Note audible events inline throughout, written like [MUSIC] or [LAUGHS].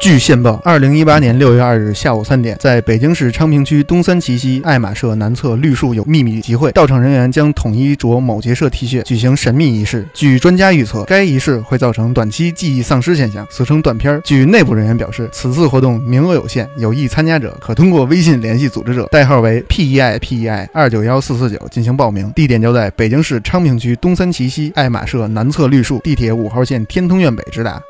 据线报，二零一八年六月二日下午三点，在北京市昌平区东三旗西爱马社南侧绿树有秘密集会，到场人员将统一着某结社 T 恤，举行神秘仪式。据专家预测，该仪式会造成短期记忆丧失现象，俗称断片儿。据内部人员表示，此次活动名额有限，有意参加者可通过微信联系组织者，代号为 E PEI PEI 二九幺四四九进行报名，地点就在北京市昌平区东三旗西爱马社南侧绿树，地铁五号线天通苑北直达。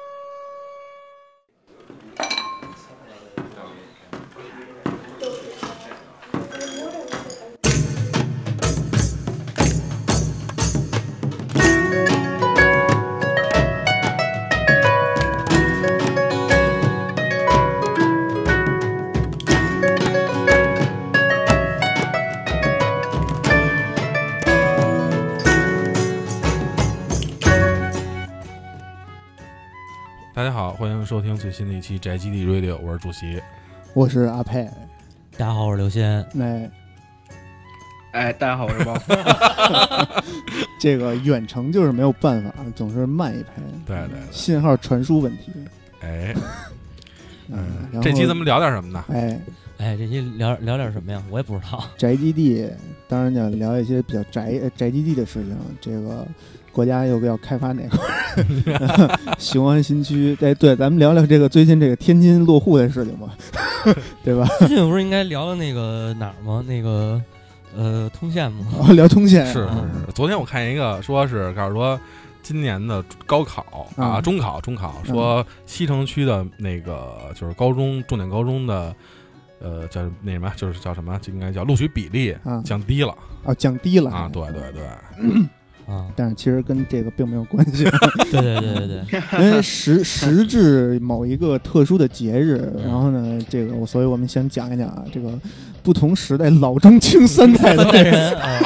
大家好，欢迎收听最新的一期宅基地 Radio，我是主席。我是阿佩，大家好，我是刘鑫。那哎，大家好，我是包。 [LAUGHS] 这个远程就是没有办法，总是慢一拍，对对对，信号传输问题。哎，嗯然，后这期咱们聊点什么呢？哎，哎，这期聊聊点什么呀？我也不知道。宅基地当然要聊一些比较宅呃宅基地的事情。这个国家又要开发哪块儿？ [LAUGHS] 雄安新区？哎，对，咱们聊聊这个最近这个天津落户的事情吧，对吧？最近不是应该聊聊那个哪儿吗？那个呃，通县吗？哦聊通县是是啊是，昨天我看一个说是告诉说今年的高考啊啊，中考中考说西城区的那个就是高中重点高中的。呃，叫那什么，就是叫什么，就应该叫录取比例啊降低了哦，降低了啊！对对对，啊，但是其实跟这个并没有关系，对对对对对，因为时时至某一个特殊的节日，嗯然后呢，这个我，所以我们先讲一讲啊，这个不同时代老中青三代的 [LAUGHS] 三代人啊，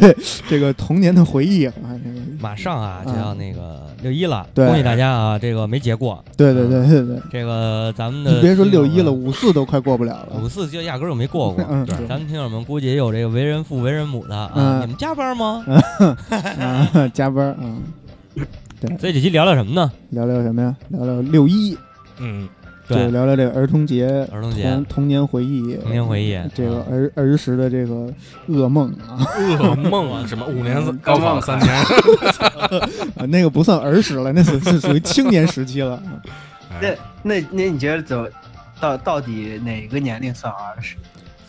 对这个童年的回忆啊，嗯这个马上啊就要那个六一了，嗯对恭喜大家啊！这个没结过，对对对对对，这个咱们你的别说六一了，五五四都快过不了了。五四就压根儿就没过过。嗯，对咱们听友们估计也有这个为人父为人母的啊，嗯你们加班吗？ [LAUGHS] 啊，加班儿啊，所以这期聊聊什么呢？聊聊什么呀？聊聊六一，嗯，就对，聊聊这个儿童节、儿童节童童年回忆、童年回忆嗯啊这个儿儿时的这个噩梦啊， [LAUGHS] 噩梦啊，什么五年高高考考三年，啊那个不算儿时了，那是是属于青年时期了。啊哎那那那你觉得怎么到到底哪个年龄啊算儿时？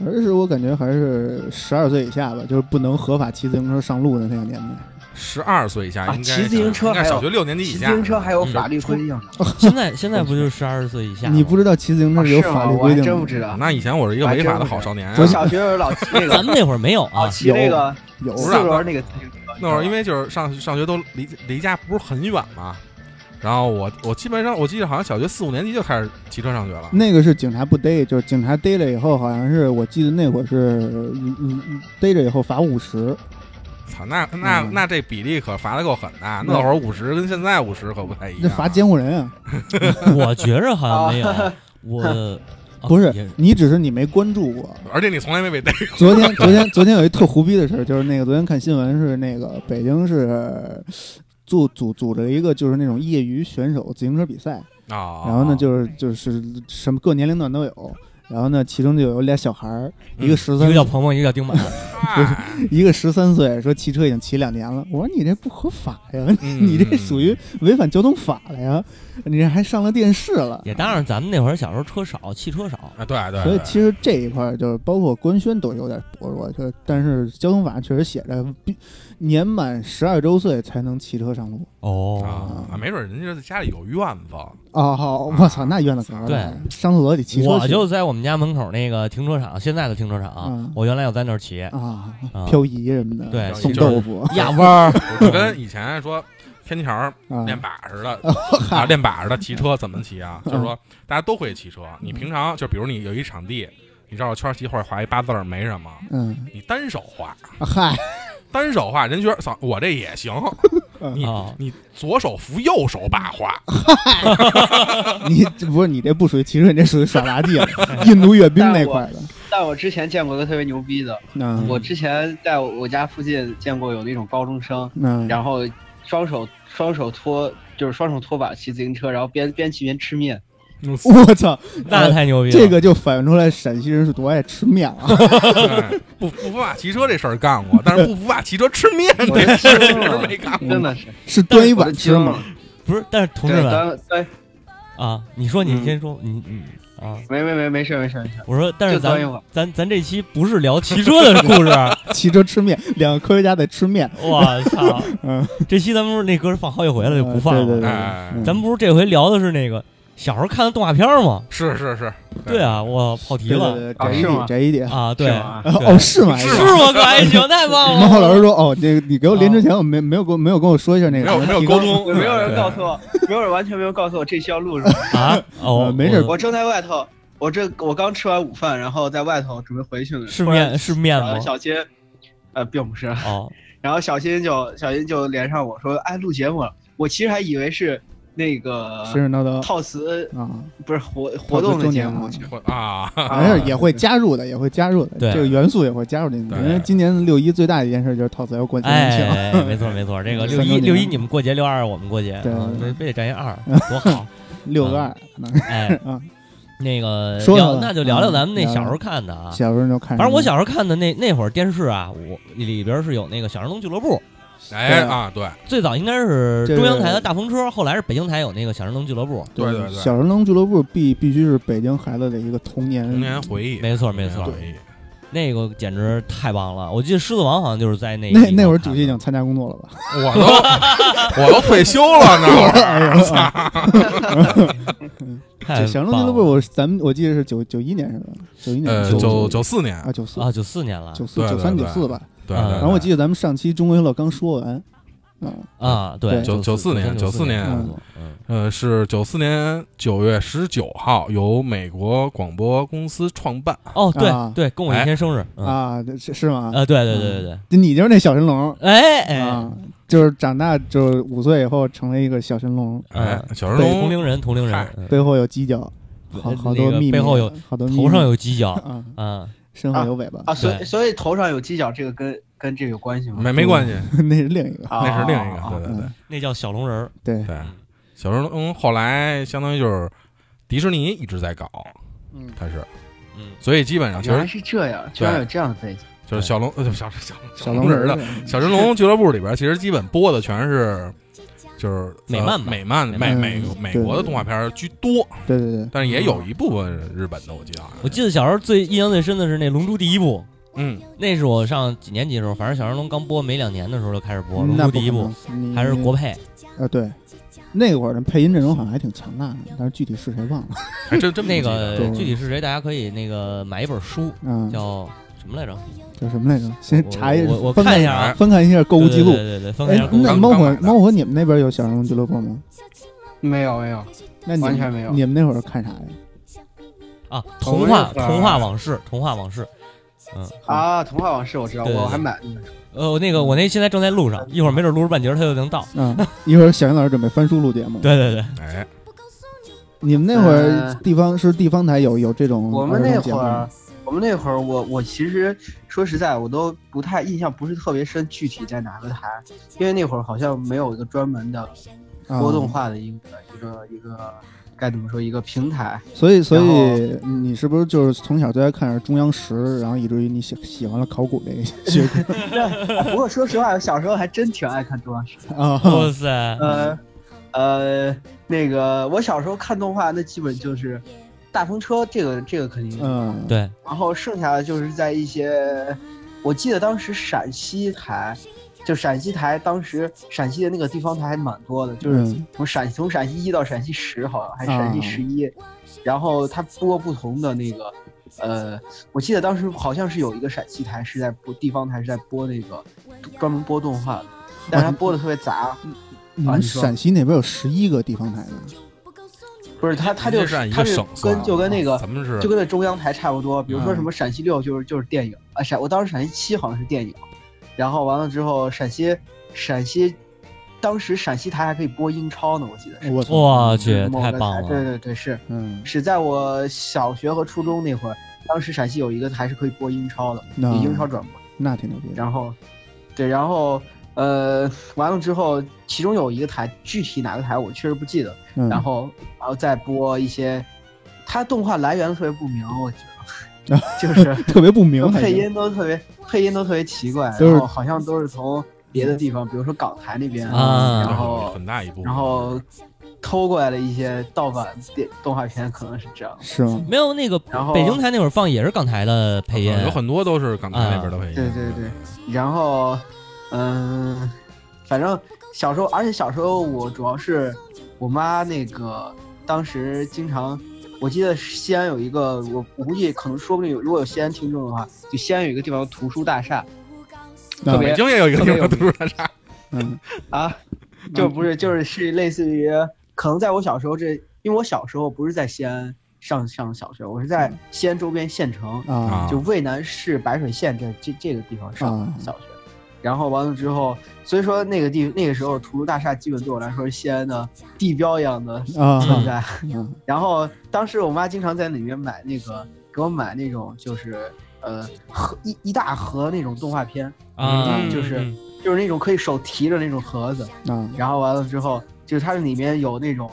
儿时我感觉还是十二岁以下吧，就是不能合法骑自行车上路的那个年代。十二岁以下啊应该骑自行车应该还有小学六年级以骑自下，行车还有法律规定呢，现在现在不就是十二岁以下吗？你不知道骑自行车啊是哦有是法吗？律我规还定真不的，知道。那以前我是一个违法的好少年啊，我小学时候老骑那咱个，们那会儿没有老啊，骑那个有不四是啊轮那个自行车。那会儿因为就是上上学都离离家不是很远嘛，然后我我基本上我记得好像小学四五年级就开始骑车上学了，那个是警察不逮，就是警察逮了以后，好像是我记得那会儿是嗯嗯嗯逮着以后罚五十，操，那那嗯那这比例可罚的够狠的，那会儿五十跟现在五十可不太一那样，罚监护人啊， [LAUGHS] 我觉着好像没有，我啊不也是你只是你没关注过。而且你从来没 [LAUGHS] 被逮过，昨天昨天昨天有一特胡逼的事儿，就是那个昨天看新闻是那个北京市组组组织了一个就是那种业余选手自行车比赛，啊，然后呢就是就是什么各年龄段都有。然后呢，其中就有俩小孩儿，一个十一三、个叫鹏鹏，一个叫丁满， [LAUGHS] 嗨一个十三岁，说骑车已经骑两年了。我说你这不合法呀，嗯 [LAUGHS] 你这属于违反交通法了呀，你这还上了电视了。也当然咱们那会儿小时候车少，汽车少， [LAUGHS] 啊，对对，所以对其实这一块儿就是包括官宣都有点薄弱，就是但是交通法确实写着必年满十二周岁才能骑车上路。哦，嗯啊，没准人家在家里有院子，哦，好，我操，那冤了壳了。对上厕所得骑车去。我就在我们家门口那个停车场，现在的停车场嗯，我原来有在那儿骑，啊啊，漂移什么的，对送豆腐压弯儿，就跟以前说天桥啊练把似的啊，练把似的骑车怎么骑啊？就是说大家都会骑车，你平常就比如你有一场地，你绕着圈儿骑或者画一八字儿没什么，嗯，你单手画，啊嗨，单手画人觉得操，我这也行，你啊你左手扶右手把画，你这不是你这不属于骑车，你这属于耍杂技 [LAUGHS] 了，印度阅兵那块的。但我之前见过一个特别牛逼的，嗯，我之前在我家附近见过有那种高中生，嗯，然后双手双手托就是双手托把骑自行车，然后边边骑边吃面。我操，那太牛逼了！这个就反映出来陕西人是多爱吃面啊！ [LAUGHS] 对哎不不服法骑车这事儿干过，但是不服法骑车吃面我这事儿确嗯实没干过。真的是是端一碗吃我吗都？不是，但是同志对们咱对，啊，你说你嗯先说，你你啊，没没没没事没事没事，我说，但就是端一咱碗。咱咱这期不是聊骑车的故事，啊 [LAUGHS] 骑车吃面，两个科学家在吃面，我操！嗯，这期咱们不是那歌放好几回了，就不放嗯对了。对对哎嗯咱们不是这回聊的是那个小时候看的动画片吗？是是是，对啊，我跑题对对了对，啊窄一是点，吗窄一 [LAUGHS] 点。啊！对，是吗对哦，是吗？是吗？哎可还行，太棒 [LAUGHS] 孟浩了！老师说：“哦，这个你给我临之前，我没没有跟我没有跟我说一下那个没有什么没有提沟纲通， [LAUGHS] 没有人对告诉我，没有人完全没有告诉我这需要录什么。 [LAUGHS] 啊，哦，呃没事我我正在外头，我这我刚吃完午饭，然后在外头准备回去呢。是突然面是面然吗后？小新，呃，并不是。哦，然后小新就小新就连上我说：“哎，录节目了。”我其实还以为是那个神神叨叨套词，啊，不是活活动的节目周年。我啊，反正啊也会加入的，也会加入的，对这个元素也会加入进去。对因为今年六一最大的一件事就是套子要过节庆，哎，没错没错，这个嗯六三周一年六一你们过节，六二我们过节，对啊对非嗯非得占一二，多 [LAUGHS] 好！六个二，可能哎啊，那个说聊到了那就聊聊咱们那嗯小时候看的啊。小时候就看。反正我小时候看的那那会儿电视啊，我里边是有那个小神龙俱乐部，哎啊，对最早应该是这中央是台的大风车，后来是北京台有那个小神龙俱乐部。对对对小神龙俱乐部必必须是北京孩子的一个童年童年回忆，没错童年没错，回忆那个简直太棒了！我记得狮子王好像就是在那那一那会儿看主席已经参加工作了 [LAUGHS] 吧？我都我都退休了那会 [LAUGHS] 哎儿，太这小龙俱乐部，我咱们我记得是九九一年是吧？九一呃，年九九四年，啊九四棒了啊，九四年了九四对九对三对九四吧。对，啊然后我记得咱们上期中国娱乐刚说完，嗯，啊，对，对九九94年九94年差不多嗯呃，是九四年九月十九号由美国广播公司创办，哦，啊对对，跟我一天生日嗯啊，这是是吗？啊，对对对对对，你就是那小神龙哎哎啊，就是长大就是五岁以后成为一个小神龙，哎，小神对，龙同龄人同龄人嗨，嗯背后有犄角，好呃好那多个秘密，啊背后有好多秘密头上有犄角啊，啊，身后有尾巴，啊，所以对所以头上有犄角，这个跟跟这个有关系吗？没没关系， [LAUGHS] 那是另一个，啊，那是另一个，哦啊对对对那叫小龙人儿，嗯对，对，小神龙后来相当于就是迪士尼一直在搞，嗯，它是，嗯，所以基本上其原来实是这样，居然有这样的背景。就是小龙呃小小小龙龙人人的小神龙俱乐部里边，其实基本播的全是就是美呃漫吧美漫美漫美嗯美对国的动画片居多，对对对，但是也有一部分日本的，我记得好像是，我记得小时候最印象最深的是那《龙珠》第一部，嗯，那是我上几年级的时候，反正小神龙刚播没两年的时候就开始播《龙珠那》不第一部，可能，你还是国配呃对，那会儿的配音阵容好像还挺强大的，但是具体是谁忘了，还真真不那记得个对具体是谁，大家可以那个买一本书，嗯，叫什么来着？叫什么来着？先查一，我我我翻看一看下啊，翻看一下购物记录对。对对对，翻看哎一下，购物记那录。猫刚买火的猫火，你们那边有小神龙俱乐部吗？没有没有，那你们完全没有你们那会儿看啥呀？啊，同童话日本儿童话往事，童话往事。啊，童话往事我知道，对对对我还买了呢。呃，那个我那现在正在路上，一会儿没准录着半截儿它就能到。嗯，一会儿小云老师准备翻书录节目。对对对，哎，你们那会儿呃地方是地方台有有这种我们儿那童节目会吗儿，我们那会儿，我我其实说实在，我都不太印象，不是特别深，具体在哪个台，因为那会儿好像没有一个专门的啊波动化的一个、一个一个该怎么说一个平台。所以所然以你是不是就是从小最爱看中央十，然后以至于你喜喜欢了考古这个学科 [LAUGHS] 不过说实话，我小时候还真挺爱看中央十。嗯啊？哇塞，呃呃，那个我小时候看动画，那基本就是大风车，这个这个肯定。嗯，对，然后剩下的就是在一些，我记得当时陕西台，就陕西台当时陕西的那个地方台还蛮多的，就是嗯从陕从陕西一到陕西十好像还是啊陕西十一、然后它播不同的那个，呃，我记得当时好像是有一个陕西台是在播地方台是在播那个专门播动画的，但是它播的特别杂，嗯你啊们你说陕西那边有十一个地方台呢，不是它它就这是按是一它个是省算跟啊就跟那个咱们是就跟那中央台差不多。比如说嗯什么陕西六就是就是电影啊，陕我当时陕西七好像是电影，然后完了之后陕西陕西，当时陕西台还可以播英超呢，我记得是。我操我去，某太个棒台对了！对对，是嗯，是在我小学和初中那会儿，当时陕西有一个台是可以播英超的，那有英超转播。那挺牛逼的。然后，对，然后呃，完了之后，其中有一个台，具体哪个台我确实不记得。嗯然后然后再播一些它动画来源都特别不明，我觉得， [LAUGHS] 就是特别不明还配行。音都特别配音都特别奇怪，都是然后好像都是从别的地方，比如说港台那边，啊然后很大一部分，然后偷过来的一些盗版电动画片，可能是这样。是吗？没有那个然后嗯北京台那会儿放也是港台的配音，有很多都是港台那边的配音，对对对，然后嗯、反正小时候，而且小时候我主要是我妈那个，当时经常。我记得西安有一个，我我估计可能说不定有，如果有西安听众的话，就西安有一个地方叫图书大厦，啊特别北京也有一个地方读大厦，嗯，啊，就不是，就是是类似于，可能在我小时候这，因为我小时候不是在西安上上小学，我是在西安周边县城，啊啊就渭南市白水县这这这个地方上啊小学，然后完了之后，所以说那个地那个时候图书大厦基本对我来说是西安的地标一样的存啊在。嗯然后当时我妈经常在里面买那个，给我买那种就是呃盒一一大盒那种动画片，啊，嗯就是嗯就是那种可以手提着那种盒子。啊，然后完了之后，就是它里面有那种，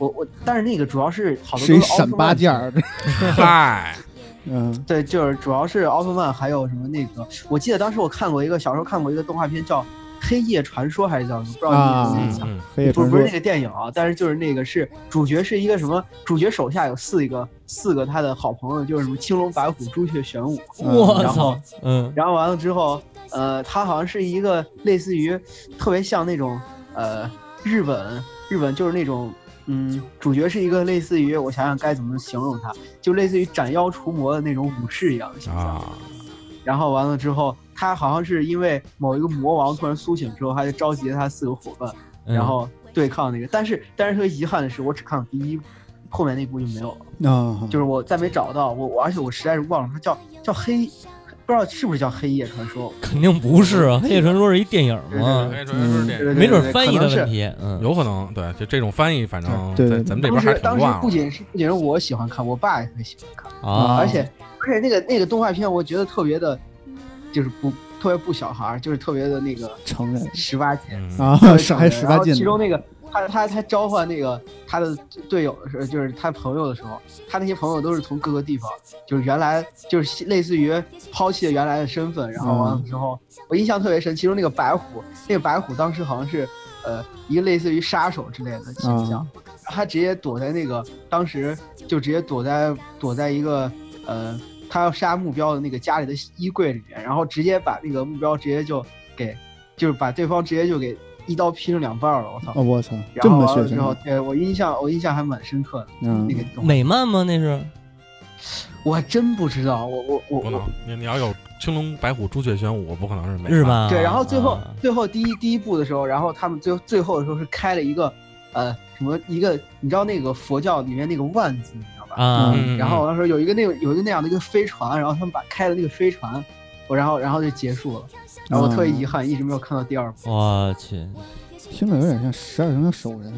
我我，但是那个主要是好多是一都是奥特闪八曼，件儿，嗨， [LAUGHS] 嗯对，就是主要是奥特曼，还有什么那个，我记得当时我看过一个小时候看过一个动画片叫《黑夜传说》还是叫什么，不知道你有没有印嗯象？嗯，啊黑夜不是传不说是那个电影啊，但是就是那个是主角是一个什么？主角手下有四个四个他的好朋友，就是什么青龙白虎、朱雀玄武，我然后操，嗯然后完了之后，呃，他好像是一个类似于特别像那种呃日本日本就是那种嗯，主角是一个类似于我想想该怎么形容他，就类似于斩妖除魔的那种武士一样的形象。啊，然后完了之后，他好像是因为某一个魔王突然苏醒之后，他就召集了他四个伙伴，嗯然后对抗那个。但是但是特别遗憾的是，我只看了第一部，后面那部就没有了。啊，就是我再没找到我我，而且我实在是忘了它叫叫黑，不知道是不是叫黑夜传说。肯定不是 [LAUGHS] 啊，《黑夜传说》是一电影嘛，哎，这是对对这对没准对翻译可的能是问题，嗯，有可能，对，就这种翻译，反正对对在对咱们这边还当时挺当时乱啊不了。仅是不仅是我喜欢看，我爸也特别喜欢看，啊，而且而且那个那个动画片，我觉得特别的，就是不特别不小孩儿，就是特别的那个成人十八禁嗯啊 [LAUGHS] 特别，是成还人十然八后禁其呢中那个他他他召唤那个他的队友的时候，就是他朋友的时候，他那些朋友都是从各个地方，就是原来就是类似于抛弃了原来的身份，然后完了之后，嗯我印象特别深。其中那个白虎，那个白虎当时好像是呃一个类似于杀手之类的形象，嗯他直接躲在那个当时就直接躲在躲在一个呃他要杀目标的那个家里的衣柜里面，然后直接把那个目标直接就给就是把对方直接就给一刀劈成两半儿了，我操！哦，我操，然这后么完血了之后腥，，啊对我印象我印象还蛮深刻的嗯那个动画，美漫吗？那是我还真不知道，我我我不我能，你你要有青龙白虎朱雀玄武，不可能是美日漫啊，对，然后最后啊最后第一第一部的时候，然后他们最后最后的时候是开了一个呃什么一个，你知道那个佛教里面那个万字，你知道吧？啊，嗯，然后我那时候有一个那个有一个那样的一个飞船，然后他们把开了那个飞船，我然后然后就结束了，然后嗯我特别遗憾一直没有看到第二部。我去，嗯听着有点像十二生肖守人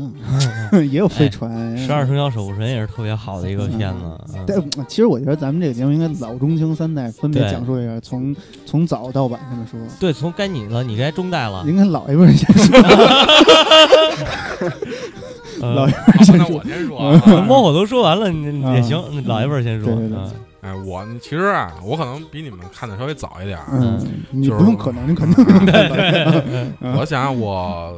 啊， [LAUGHS] 也有飞船。哎十二生肖守护神也是特别好的一个片子，嗯对，其实我觉得咱们这个节目应该老中青三代分别对讲述一下，从从早到晚这么说。对，从该你了，你该中代了， [LAUGHS] 应该老一辈儿先 [LAUGHS] 说，嗯老一辈好儿先那说我先说 [LAUGHS] 啊，猫火都说完了，你嗯也行，那老一辈儿先说，对对对嗯哎，我其实啊，我可能比你们看的稍微早一点儿。嗯，你就是不用可能，你 [LAUGHS] 可能嗯我想我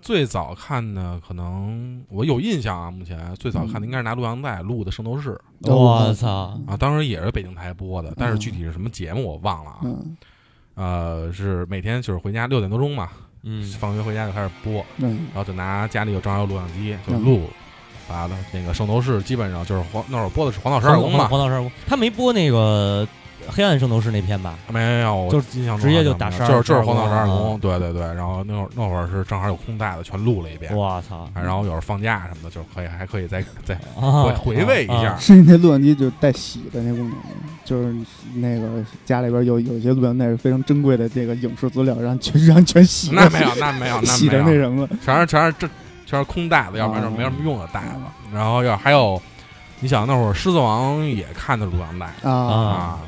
最早看的，可能我有印象啊，目前最早看的应该是拿录像带录的《圣斗士》嗯我操，啊，当时也是北京台播的，但是具体是什么节目我忘了啊。嗯呃，是每天就是回家六点多钟嘛，嗯放学回家就开始播，嗯然后就拿家里有正好有录像机就录，完了那个《圣斗士》基本上就是黄那会儿播的是黄道十二宫嘛，黄道十二宫，他没播那个黑暗圣斗士那篇吧？没有没有，我就印象中直接好像就打没有12就是就是黄宫道十二啊宫，对对对，然后那会儿那会儿是正好有空带的全录了一遍。我操哎然后有时候放假什么的，就可以还可以再再啊！回回味一下啊，是那录像机就带洗的那功能，就是那个家里边有有些录像带是非常珍贵的这个影视资料，让全让全洗了，那 [LAUGHS] 没有，那没有，那洗成那没有，什么了，全是全是这全是空袋子，要不然就没什么用的袋啊子。然后要还有，你想那会儿《狮子王》也看的录像带啊啊啊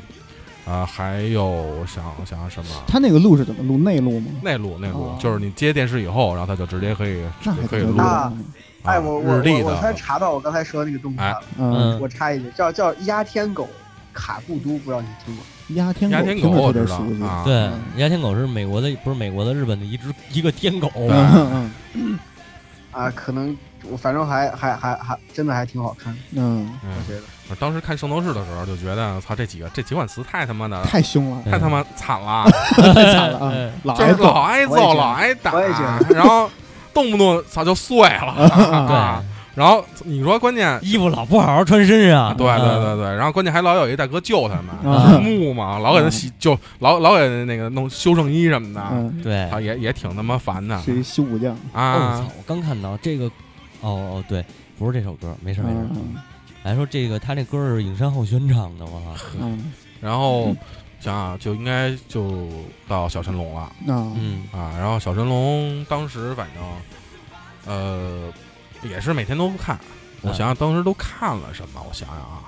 啊，还有想想想什么他那个录是怎么录？内录吗？内录内录哦，就是你接电视以后，然后它就直接可以那还可以挺录多啊的哎，啊哎我我日历我我的突然查到我刚才说的那个动画了，嗯，嗯我插一句，叫叫压天狗卡布都，不知道你听过？压天鸭天听着狗，特我别知道熟悉，啊，对嗯，鸭天狗是美国的，不是美国的，日本的一只一个天狗。嗯啊，可能我反正还还还还真的还挺好看，嗯，嗯 [LAUGHS] 我觉得。我当时看《圣斗士》的时候就觉得，操，这几个这几款词太他妈的太嗯凶了，太他妈惨了，太惨了啊嗯！老就挨是揍老，挨我揍，老挨也觉得打我也觉，然后动不动操就碎了。啊对，然后你说关键，衣服老不好好穿身上。对对啊嗯对对，然后关键还老有一大哥救他们，啊木嘛，老给他洗，就老老给那个弄修圣衣什么的，嗯，对操也也挺他妈烦的是一修武将，哦，我啊操！我刚看到这个，哦哦，对，不是这首歌，没事没事。嗯还说这个他这歌是影山后宣唱的，我操。嗯然后想想就应该就到小神龙了嗯嗯啊，然后小神龙当时反正呃也是每天都看，我嗯想想当时都看了什么，我想想啊。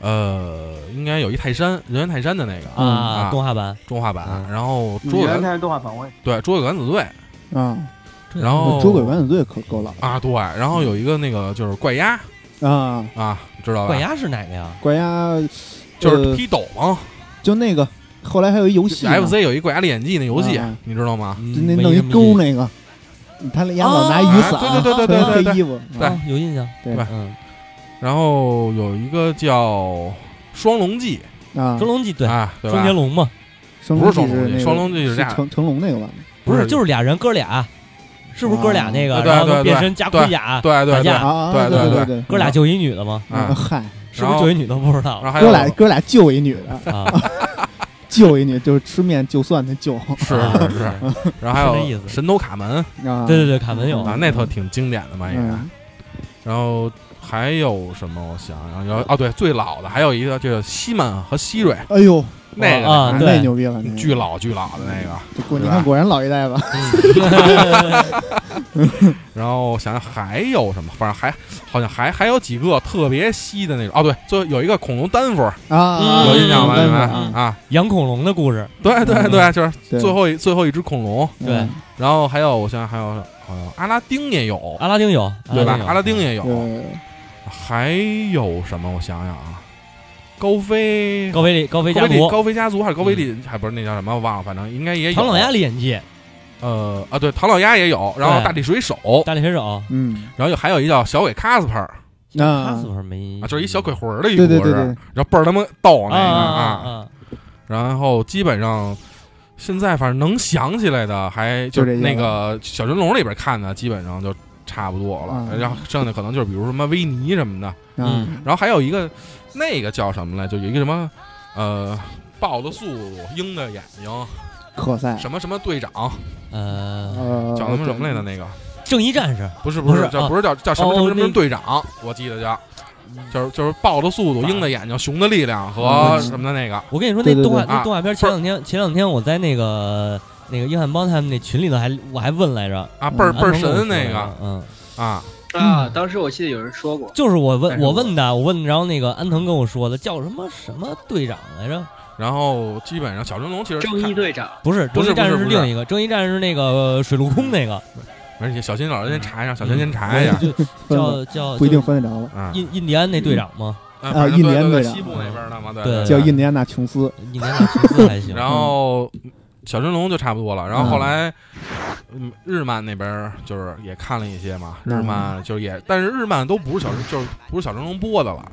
呃，应该有一泰山人猿泰山的那个嗯啊，动画版。中画版，嗯然后你捉鬼原敢来是动画版，我也对捉鬼敢死队，嗯，然后捉鬼敢死队可够老啊，对，然后有一个那个就是怪鸭的啊！啊，知道吧？怪鸭是哪个呀？怪鸭就是呃踢斗嘛就那个，后来还有一游戏呢，FC 有一怪鸭历险记那游戏啊，你知道吗？就那弄一钩那个，他那鸭老拿雨伞，啊对对对对对穿对对黑衣服，对啊，有印象。对嗯，然后有一个叫《双龙记啊》，周龙记对，啊，对双截吧？龙嘛，双不是龙双龙记是记那个双龙记是是这样成成龙那个吧？不是，就是是俩人哥俩，是不是哥俩那啊个？对然后能对变对身加盔甲，对对打对架，啊啊，对对对对对，哥俩救一女的吗？啊啊，嗨，是不是救一女的不知道然后还有哥俩哥俩救一女的，啊？救一女就是吃面就蒜的救 [LAUGHS] 是啊是是，然后还是这有意思哦《神偷卡门》啊，对对对，卡门有啊，那头挺经典的嘛也。嗯然后还有什么？我想想，然后哦对，最老的还有一个就是西门和希瑞哎呦，那个嗯哦啊啊对那牛逼了，那个巨老巨老的那个。就果你是吧看果然老一代吧，然后想想还有什么，反正还好像还还有几个特别稀的那种。哦，对，最后有一个恐龙单夫啊，嗯有印象吗？啊你们嗯啊啊，养恐龙的故事，对对对，就是嗯对最后一最后一只恐龙。嗯然后还有我想想还有好像阿拉丁也有，阿拉丁有，嗯对吧？有阿拉丁也有，对，还有什么？我想想啊，高飞。高飞利高飞高家飞利族，嗯高飞家族还是高飞利，还不是那叫什么忘了，反正应该也有。唐老鸭历险记，呃啊，对，唐老鸭也有，然后对大力水手，大力水手，嗯，然后有还有一叫小鬼卡斯帕尔，他啊是，不是没啊，就是一小鬼魂儿的一对对故事对对，然后倍儿他妈逗那啊个啊然后基本上现在反正能想起来的，还就就这是些那个小神龙里边看的，基本上就差不多了。嗯然后剩下可能就是比如什么维尼什么的，啊嗯然后还有一个那个叫什么来，就有一个什么呃。豹的速度，鹰的眼睛，可赛，什么什么队长，呃，呃，叫什么什么来的那个，正义战士不是不不是是叫啊不是叫叫什么哦什么什那么队长，我记得叫，就是就是豹的速度，鹰的眼睛，熊的力量和嗯什么的那个，我跟你说，对那对动画对那啊动画片前两天前两天我在那个那个约翰邦他们那群里头还我还问来着，啊，倍儿嗯倍儿安藤跟我神说来那着个嗯，啊，啊，当时我记得有人说过，就是我问但是我我问的，我问，然后那个安藤跟我说的叫什么什么队长来着？然后基本上小神龙其实正义看，队长，不是，不正是义战士不是不是另一个，正义战士那个呃水陆空那个，而且小新老师先查一下，小新先查一下 [LAUGHS] 就分叫了叫嗯不一定就分得着了，啊印印第安那队长吗？啊反正印对第安对队对长西部那边的嘛，对对对。叫印第安纳琼斯，印第安纳琼斯还行。嗯然后小神龙就差不多了，然后后来嗯，日漫那边就是也看了一些嘛，日嗯漫就也，但是日漫都不是小神，就是不是小神龙播的了。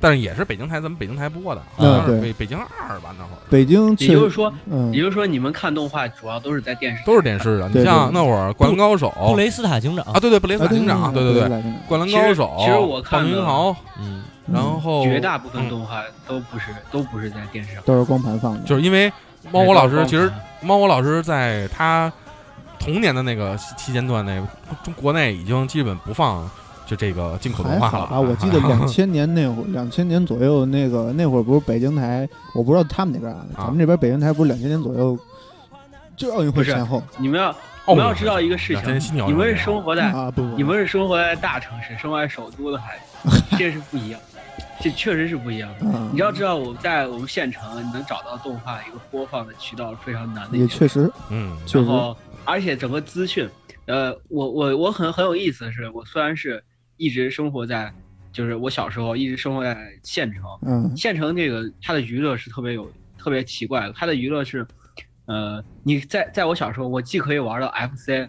但是也是北京台，咱们北京台播的，嗯当时对北北京二吧那会儿北京也确就是实，说，嗯也，就是说，你们看动画主要都是在电视，都是电视的。你对对像对那会儿《灌篮高手》布雷斯塔警长啊，，对对，布雷斯啊塔警长，对对对，《对对灌篮其高实手》其实我看棒球的豪嗯，然后绝大部分动画都不是都不是在电视上。都是光盘放的，就是因为猫哎火老师，其啊实猫火老师在他童年的那个期间段内，中国内已经基本不放就这个进口还动画好了啊吧，我 [LAUGHS] 记得两千年那会儿，两千年左右那个那会儿不是北京台，我不知道他们那边啊，咱们这边北京台不是两千年左右，就是奥运会前后你们要我你们要知道一个事天情，犀牛，你们是生活在啊，不不，你们是生活在大城市，生活在首都的孩子， [LAUGHS] 这是不一样，这确实是不一样的。啊你，要知道，我们在我们县城，你能找到动画一个播放的渠道是非常难的一也件事。确实嗯，确然实后，而且整个资讯，呃，我我我很很有意思的是，我虽然是一直生活在，就是我小时候一直生活在县城，嗯县城这个它的娱乐是特别有特别奇怪的，它的娱乐是，呃，你在在我小时候，我既可以玩到 FC，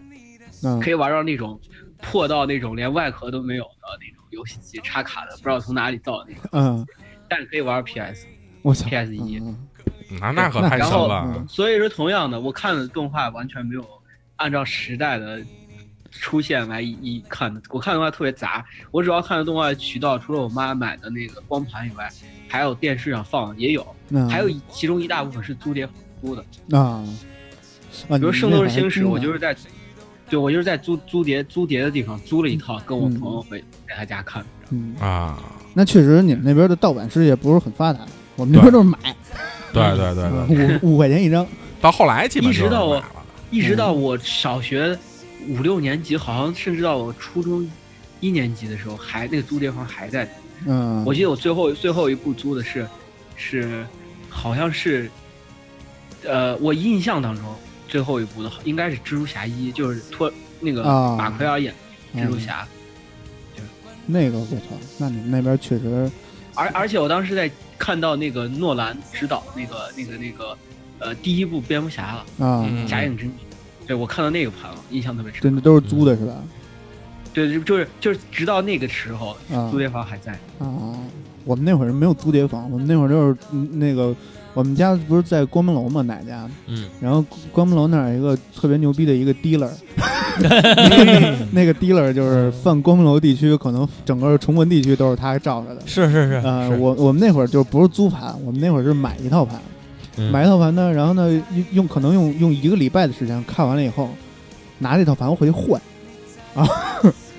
嗯可以玩到那种破到那种连外壳都没有的那种游戏机插卡的，不知道从哪里造的那种，嗯，但可以玩 PS。我操 PS 一嗯啊，那可太神然后了，所以说，同样的，我看的动画完全没有按照时代的出现来一一看的，我看的话特别杂。我主要看的动画渠道，除了我妈买的那个光盘以外，还有电视上放的也有，嗯还有一其中一大部分是租碟租的，啊，比比如《圣斗士星矢》，我就是在，对我就是在租租碟租碟的地方租了一套，跟我朋友回在他家看。嗯，啊，那确实你们那边的盗版事业不是很发达，我们这边都是买，对对对对， [LAUGHS] 五五块钱一 [LAUGHS] 张，到后来基本就是一直到我买了一嗯直到我小学五六年级，好像甚至到我初中一年级的时候，还那个租碟房还在。嗯，我记得我最后最后一部租的是，是好像是，呃，我印象当中最后一部的应该是蜘蛛侠一，就是托那个啊马奎尔演的蜘蛛侠。那个我操，那你们那边确实而而且我当时在看到那个诺兰执导那个那个那个，呃，第一部蝙蝠侠了，啊，嗯假影之谜，对我看到那个盘了，印象特别深对，。那都是租的是吧？对，就就是就是直到那个时候，啊租碟房还在。啊，我们那会儿没有租碟房，我们那会儿就是嗯那个我们家不是在光明楼嘛，奶家，嗯，然后光明楼那儿有一个特别牛逼的一个 [LAUGHS] dealer，那个 dealer 就是泛光明楼地区，可能整个崇文地区都是他罩着的。是是是，呃，是我我们那会儿就不是租盘，我们那会儿是买一套盘，嗯买一套盘呢，然后呢用用可能用用一个礼拜的时间看完了以后，拿这套盘回去换，啊，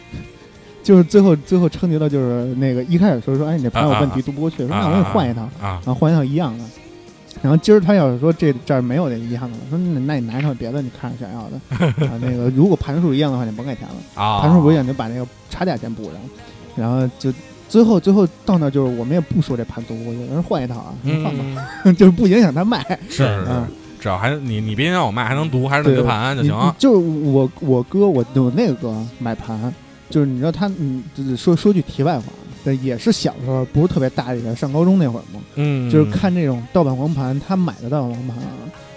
[LAUGHS] 就是最后最后撑结到就是那个一开始说说哎你这盘有问题啊读不过去，说啊那我给你换一套，啊，然后换一套一样的，然后今儿他要是说这这儿没有这一样的了，说那那你拿一套别的你看着想要的， [LAUGHS] 啊那个如果盘数一样的话你甭给钱了。啊，函数不一样，你就把那个差价先补上，然后就最后最后到那儿就是我们也不说这盘多，我有人换一套啊，换吧，嗯， [LAUGHS] 就是不影响他卖。是是是嗯，只要还你你别让我卖，还能读，还是能对读盘就你行啊就是我我哥我我那个哥买盘，就是你知道他嗯，就是说说句题外话，但也是小时候不是特别大的一个，上高中那会儿嘛，嗯，就是看这种盗版黄盘，他买的盗版黄盘啊。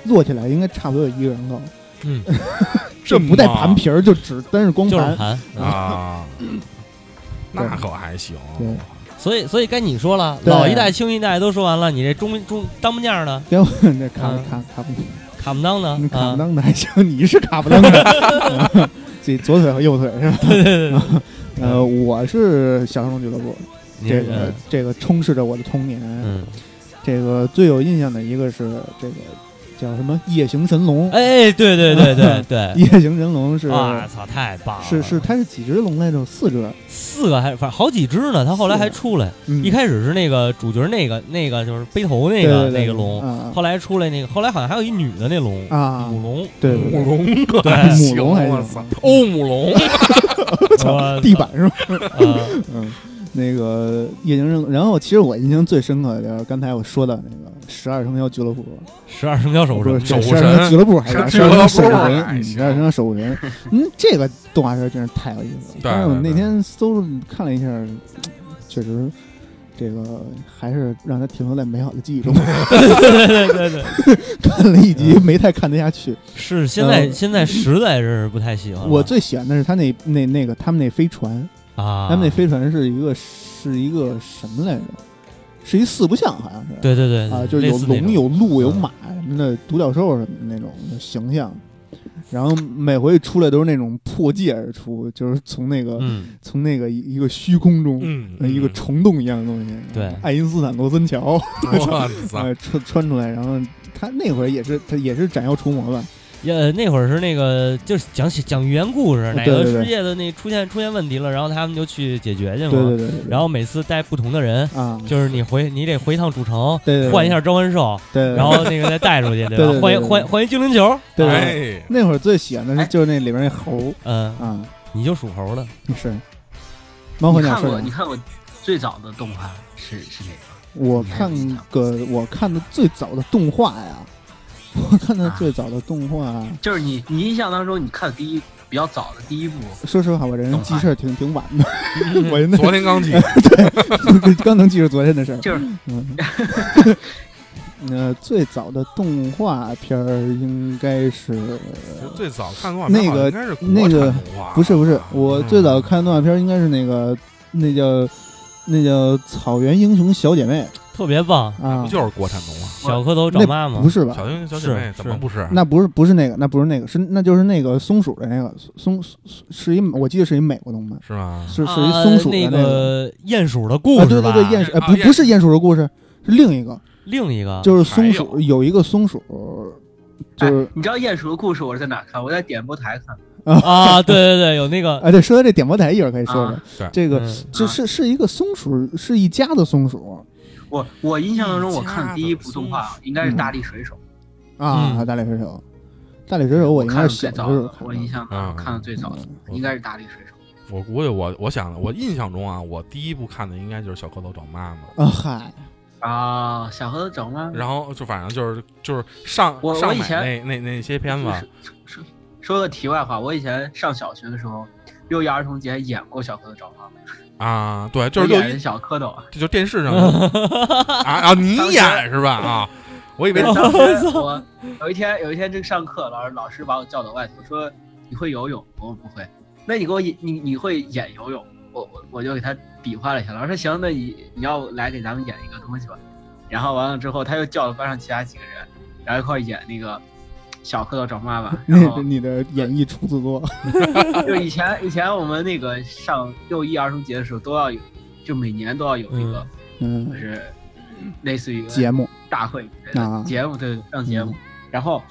摞起来应该差不多有一个人高，嗯，这不带盘皮 [LAUGHS] 儿，就只单是光就是盘。盘。啊，那可还行，对所以所以该你说了，对老一代、新一代都说完了，你这中中当不将的、结果那卡嗯卡卡不卡不当的你卡啊不，当的还行，你是卡不 [LAUGHS] 当的，自己左腿和右腿是吧？对对对。呃，我是小生俱乐部，你这是个这个充斥着我的童年。嗯，这个最有印象的一个是这个叫什么《夜行神龙》，哎，对对对 [LAUGHS] 对对，夜行神龙》是哇操，太棒了！是是，它是几只龙来着？四只。四个还反正好几只呢，它后来还出来，嗯一开始是那个主角那个那个就是背头那对个对对那个龙，啊后来出来那个，后来好像还有一女的那龙啊母龙，嗯对对对母龙可 [LAUGHS] 还母行，龙还我行操，欧母龙，我地板是吧？啊嗯，那个夜行神龙。然后其实我印象最深刻的就是刚才我说的那个十二生肖俱乐部。十二生肖手不绳是这守十护二神生肖俱乐部还是是十二生肖俱守乐部护神，哎嗯行十二生肖守护神，嗯，这个动画片真是太有意思了。对但是我对那对天搜看了一下，确实这个还是让它停留在美好的记忆中。对对对对，看了一集没太看得下去。是现在嗯现在实在是不太喜欢了。我最喜欢的是他那那那个他们那飞船，啊，他们那飞船是一个是一个什么来着？是一四不像，好像是。对对对啊，对就是类有似那龙、种有鹿、有嗯马什么的，独角兽什么的那种形象。然后每回出来都是那种破界而出，就是从那个、嗯从那个一一个虚空中、嗯呃，一个虫洞一样的东西，对爱因斯坦罗森桥 [LAUGHS] 我操，哎呃穿穿出来，然后他那会儿也是他也是斩妖除魔吧，呃那会儿是那个就是讲讲寓言故事，哪对个对对世界的那出现出现问题了，然后他们就去解决去对嘛。对对对，然后每次带不同的人，后啊，就是你回你得回一趟主城，对对对换一下召唤兽，对，对然后那个再带 [LAUGHS] 出去，对对吧？对换一对换换一精灵球，对对对哎，那会儿最喜欢的是就是那里边那猴嗯，啊，你就属 [LAUGHS] 猴的，是猫和你鸟看是过吧你看过最早的动画是是哪个？我看个我看的最早的动画呀，我看的最早的动画，啊就是你你印象当中你看的第一比较早的第一部，说实话，我这人记事儿挺挺晚的，嗯我现昨天刚记，在刚能记住昨天的事儿。就是嗯，呃，最早的动画片儿应该是最早看动画那片好像个应该是国那个产动画不是不是吧，我嗯最早看动画片儿应该是那个那叫那叫《草原英雄小姐妹特别棒，》啊不，就是国产动画？小蝌蚪找那妈妈，不是吧？小英雄小姐妹是怎么不是？那不是不是那个，那不是那个，是那就是那个松鼠的那个松松是一我记得是一美国动漫，是吗？是是一啊松鼠的那个。个鼹鼠的啊故对事对吧？啊对，鼹鼠，哎，啊不鼹不是鼹鼠的故事，是另一个，另一个就是松还鼠有有一个松鼠，就是哎、你知道《鼹鼠的故事》我是在哪看？我在点播台看。啊，对对对，有那 [LAUGHS] 个哎，对，说到这点播台，一会儿可以说说啊。对这个嗯这啊是是一个松鼠，是一家的松鼠我我印象当中，一我家看的第子一部动画嗯应该是《大力水手》啊。嗯大力水手，大力水手，我应看该的是最小的早时候的，看我的印象嗯当中看的最早的嗯应该是《大力水手》。我估计我我想的，我印象中啊，我第一部看的应该就是小蝌蚪找妈妈。啊。嗨，啊，小蝌蚪找妈妈。然后就反正就是就是上我我上以买前那那那些片子，说说说个题外话，我以前上小学的时候，六一儿童节演过小蝌蚪找妈妈，啊，对，就是我六演一人小蝌蚪。就电视 [LAUGHS] 上啊啊，你当时演是吧？ [LAUGHS] 啊，我以为当时我有一天有一天正上课，老师老师把我叫到外头说：“你会游泳？”我说：“不会。”那你给我演你你会演游泳？我我我就给他比划了一下。老师说：“行，那你你要来给咱们演一个东西吧。”然后完了之后，他又叫了班上其他几个人，然后一块儿演那个小蝌蚪找妈妈。然那后你的演绎出自多，就以前以前我们那个上六一儿童节的时候都要有，就每年都要有那个、就嗯，是类似于节目大会之类啊的节目，对对，上节目。然后，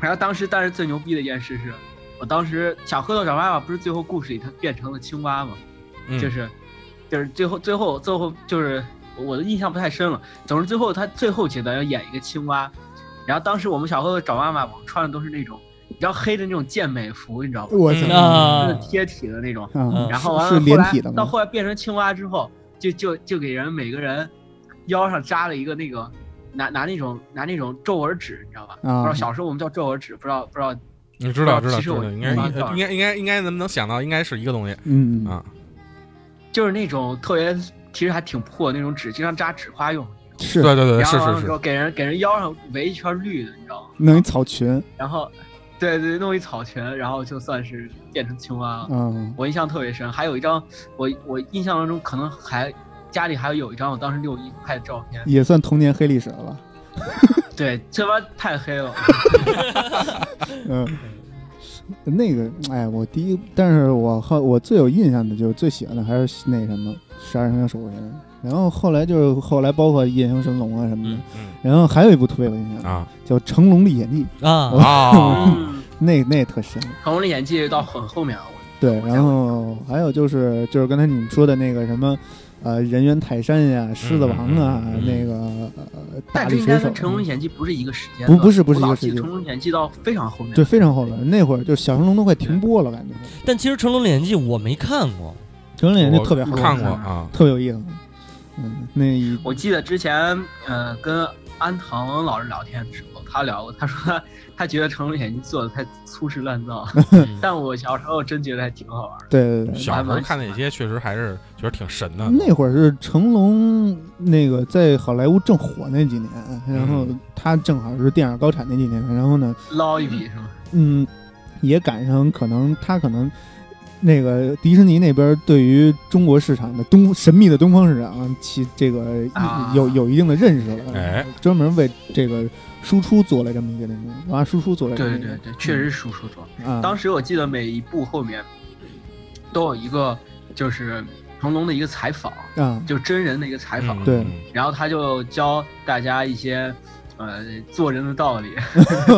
然后当时但是最牛逼的一件事是，我当时小蝌蚪找妈妈不是最后故事里它变成了青蛙嘛，嗯就是就是最后最后最后就是我的印象不太深了，总之最后他最后阶段要演一个青蛙，然后当时我们小蝌蚪找妈妈，我们穿的都是那种比较黑的那种健美服，你知道吗？我嗯操啊就是贴体的那种。啊嗯！然后完是了是连后来体的吗到后来变成青蛙之后，就就就给人每个人腰上扎了一个那个拿拿那种拿那种皱纹纸，你知道吧？啊不知道小时候我们叫皱纹纸，不知道不知道你知道知道知其实道，我应该嗯应该应该应该能不能想到，应该是一个东西嗯啊，就是那种特别其实还挺破的那种纸，经常扎纸花用。是对对对，呃然是后完是了之后是，给人给人腰上围一圈绿的，你知道吗？弄一草裙，然后对对弄一草裙，然后就算是变成青蛙了。嗯我印象特别深，还有一张我我印象当中可能还家里还有一张我当时六一拍的照片，也算童年黑历史了吧？对，这玩意儿太黑 [LAUGHS] 了。嗯，那个，哎，我第一，但是我后我最有印象的就是最喜欢的还是那什么《十二生肖守护神》，然后后来就是后来包括《夜行神龙》啊什么的，嗯嗯然后还有一部特别有印嗯象，啊叫《成龙历险记》，啊我 [LAUGHS] 哦啊，嗯，那那也特深。成龙的演技到很后面了，我对，然后还有就是就是刚才你们说的那个什么，呃，人猿泰山呀、狮子王啊，嗯嗯嗯那个呃大但这力应水该手跟成龙啊，演技不是一个时间不段。不是不是我一个老时记间得成龙演技到非常后面。对，非常后来那会儿就《小神龙》都快停播了，感觉《但其实《成龙的演技》我没看过，成龙历险记》我特别好，看过啊，特别有意思。嗯，那一我记得之前呃跟安藤老师聊天的时候，他聊过，他说他他觉得成龙演技做的太粗制滥 [LAUGHS] 造，嗯但我小时候真觉得还挺好玩的。对对对，小时候看那些确实还是觉得挺神的，嗯那会儿是成龙那个在好莱坞正火那几年，然后嗯他正好是电影高产那几年，然后呢，捞一笔是吗？ [LAUGHS] 嗯，也赶上可能他可能那个迪士尼那边对于中国市场的东神秘的东方市场其这个一啊有有一定的认识了，哎专门为这个输出做了这么一个那个啊输出做了这么对一个对对，确实是叔叔做。啊，当时我记得每一部后面都有一个就是成龙的一个采访，啊 [LAUGHS] 就真人的一个采访。嗯对然后他就教大家一些，呃，做人的道理。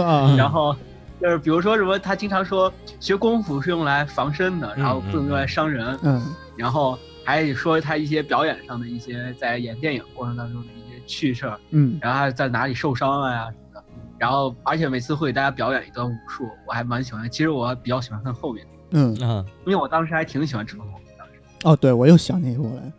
啊然后就是比如说什么，他经常说学功夫是用来防身的，然后不能用来伤人。嗯然后还说他一些表演上的一些在演电影过程当中的一些趣事儿，嗯然后还有在哪里受伤了呀什么的。然后而且每次会给大家表演一段武术，我还蛮喜欢。其实我比较喜欢看后面，嗯嗯，因为我当时还挺喜欢成龙的。哦，对我又想起一部来，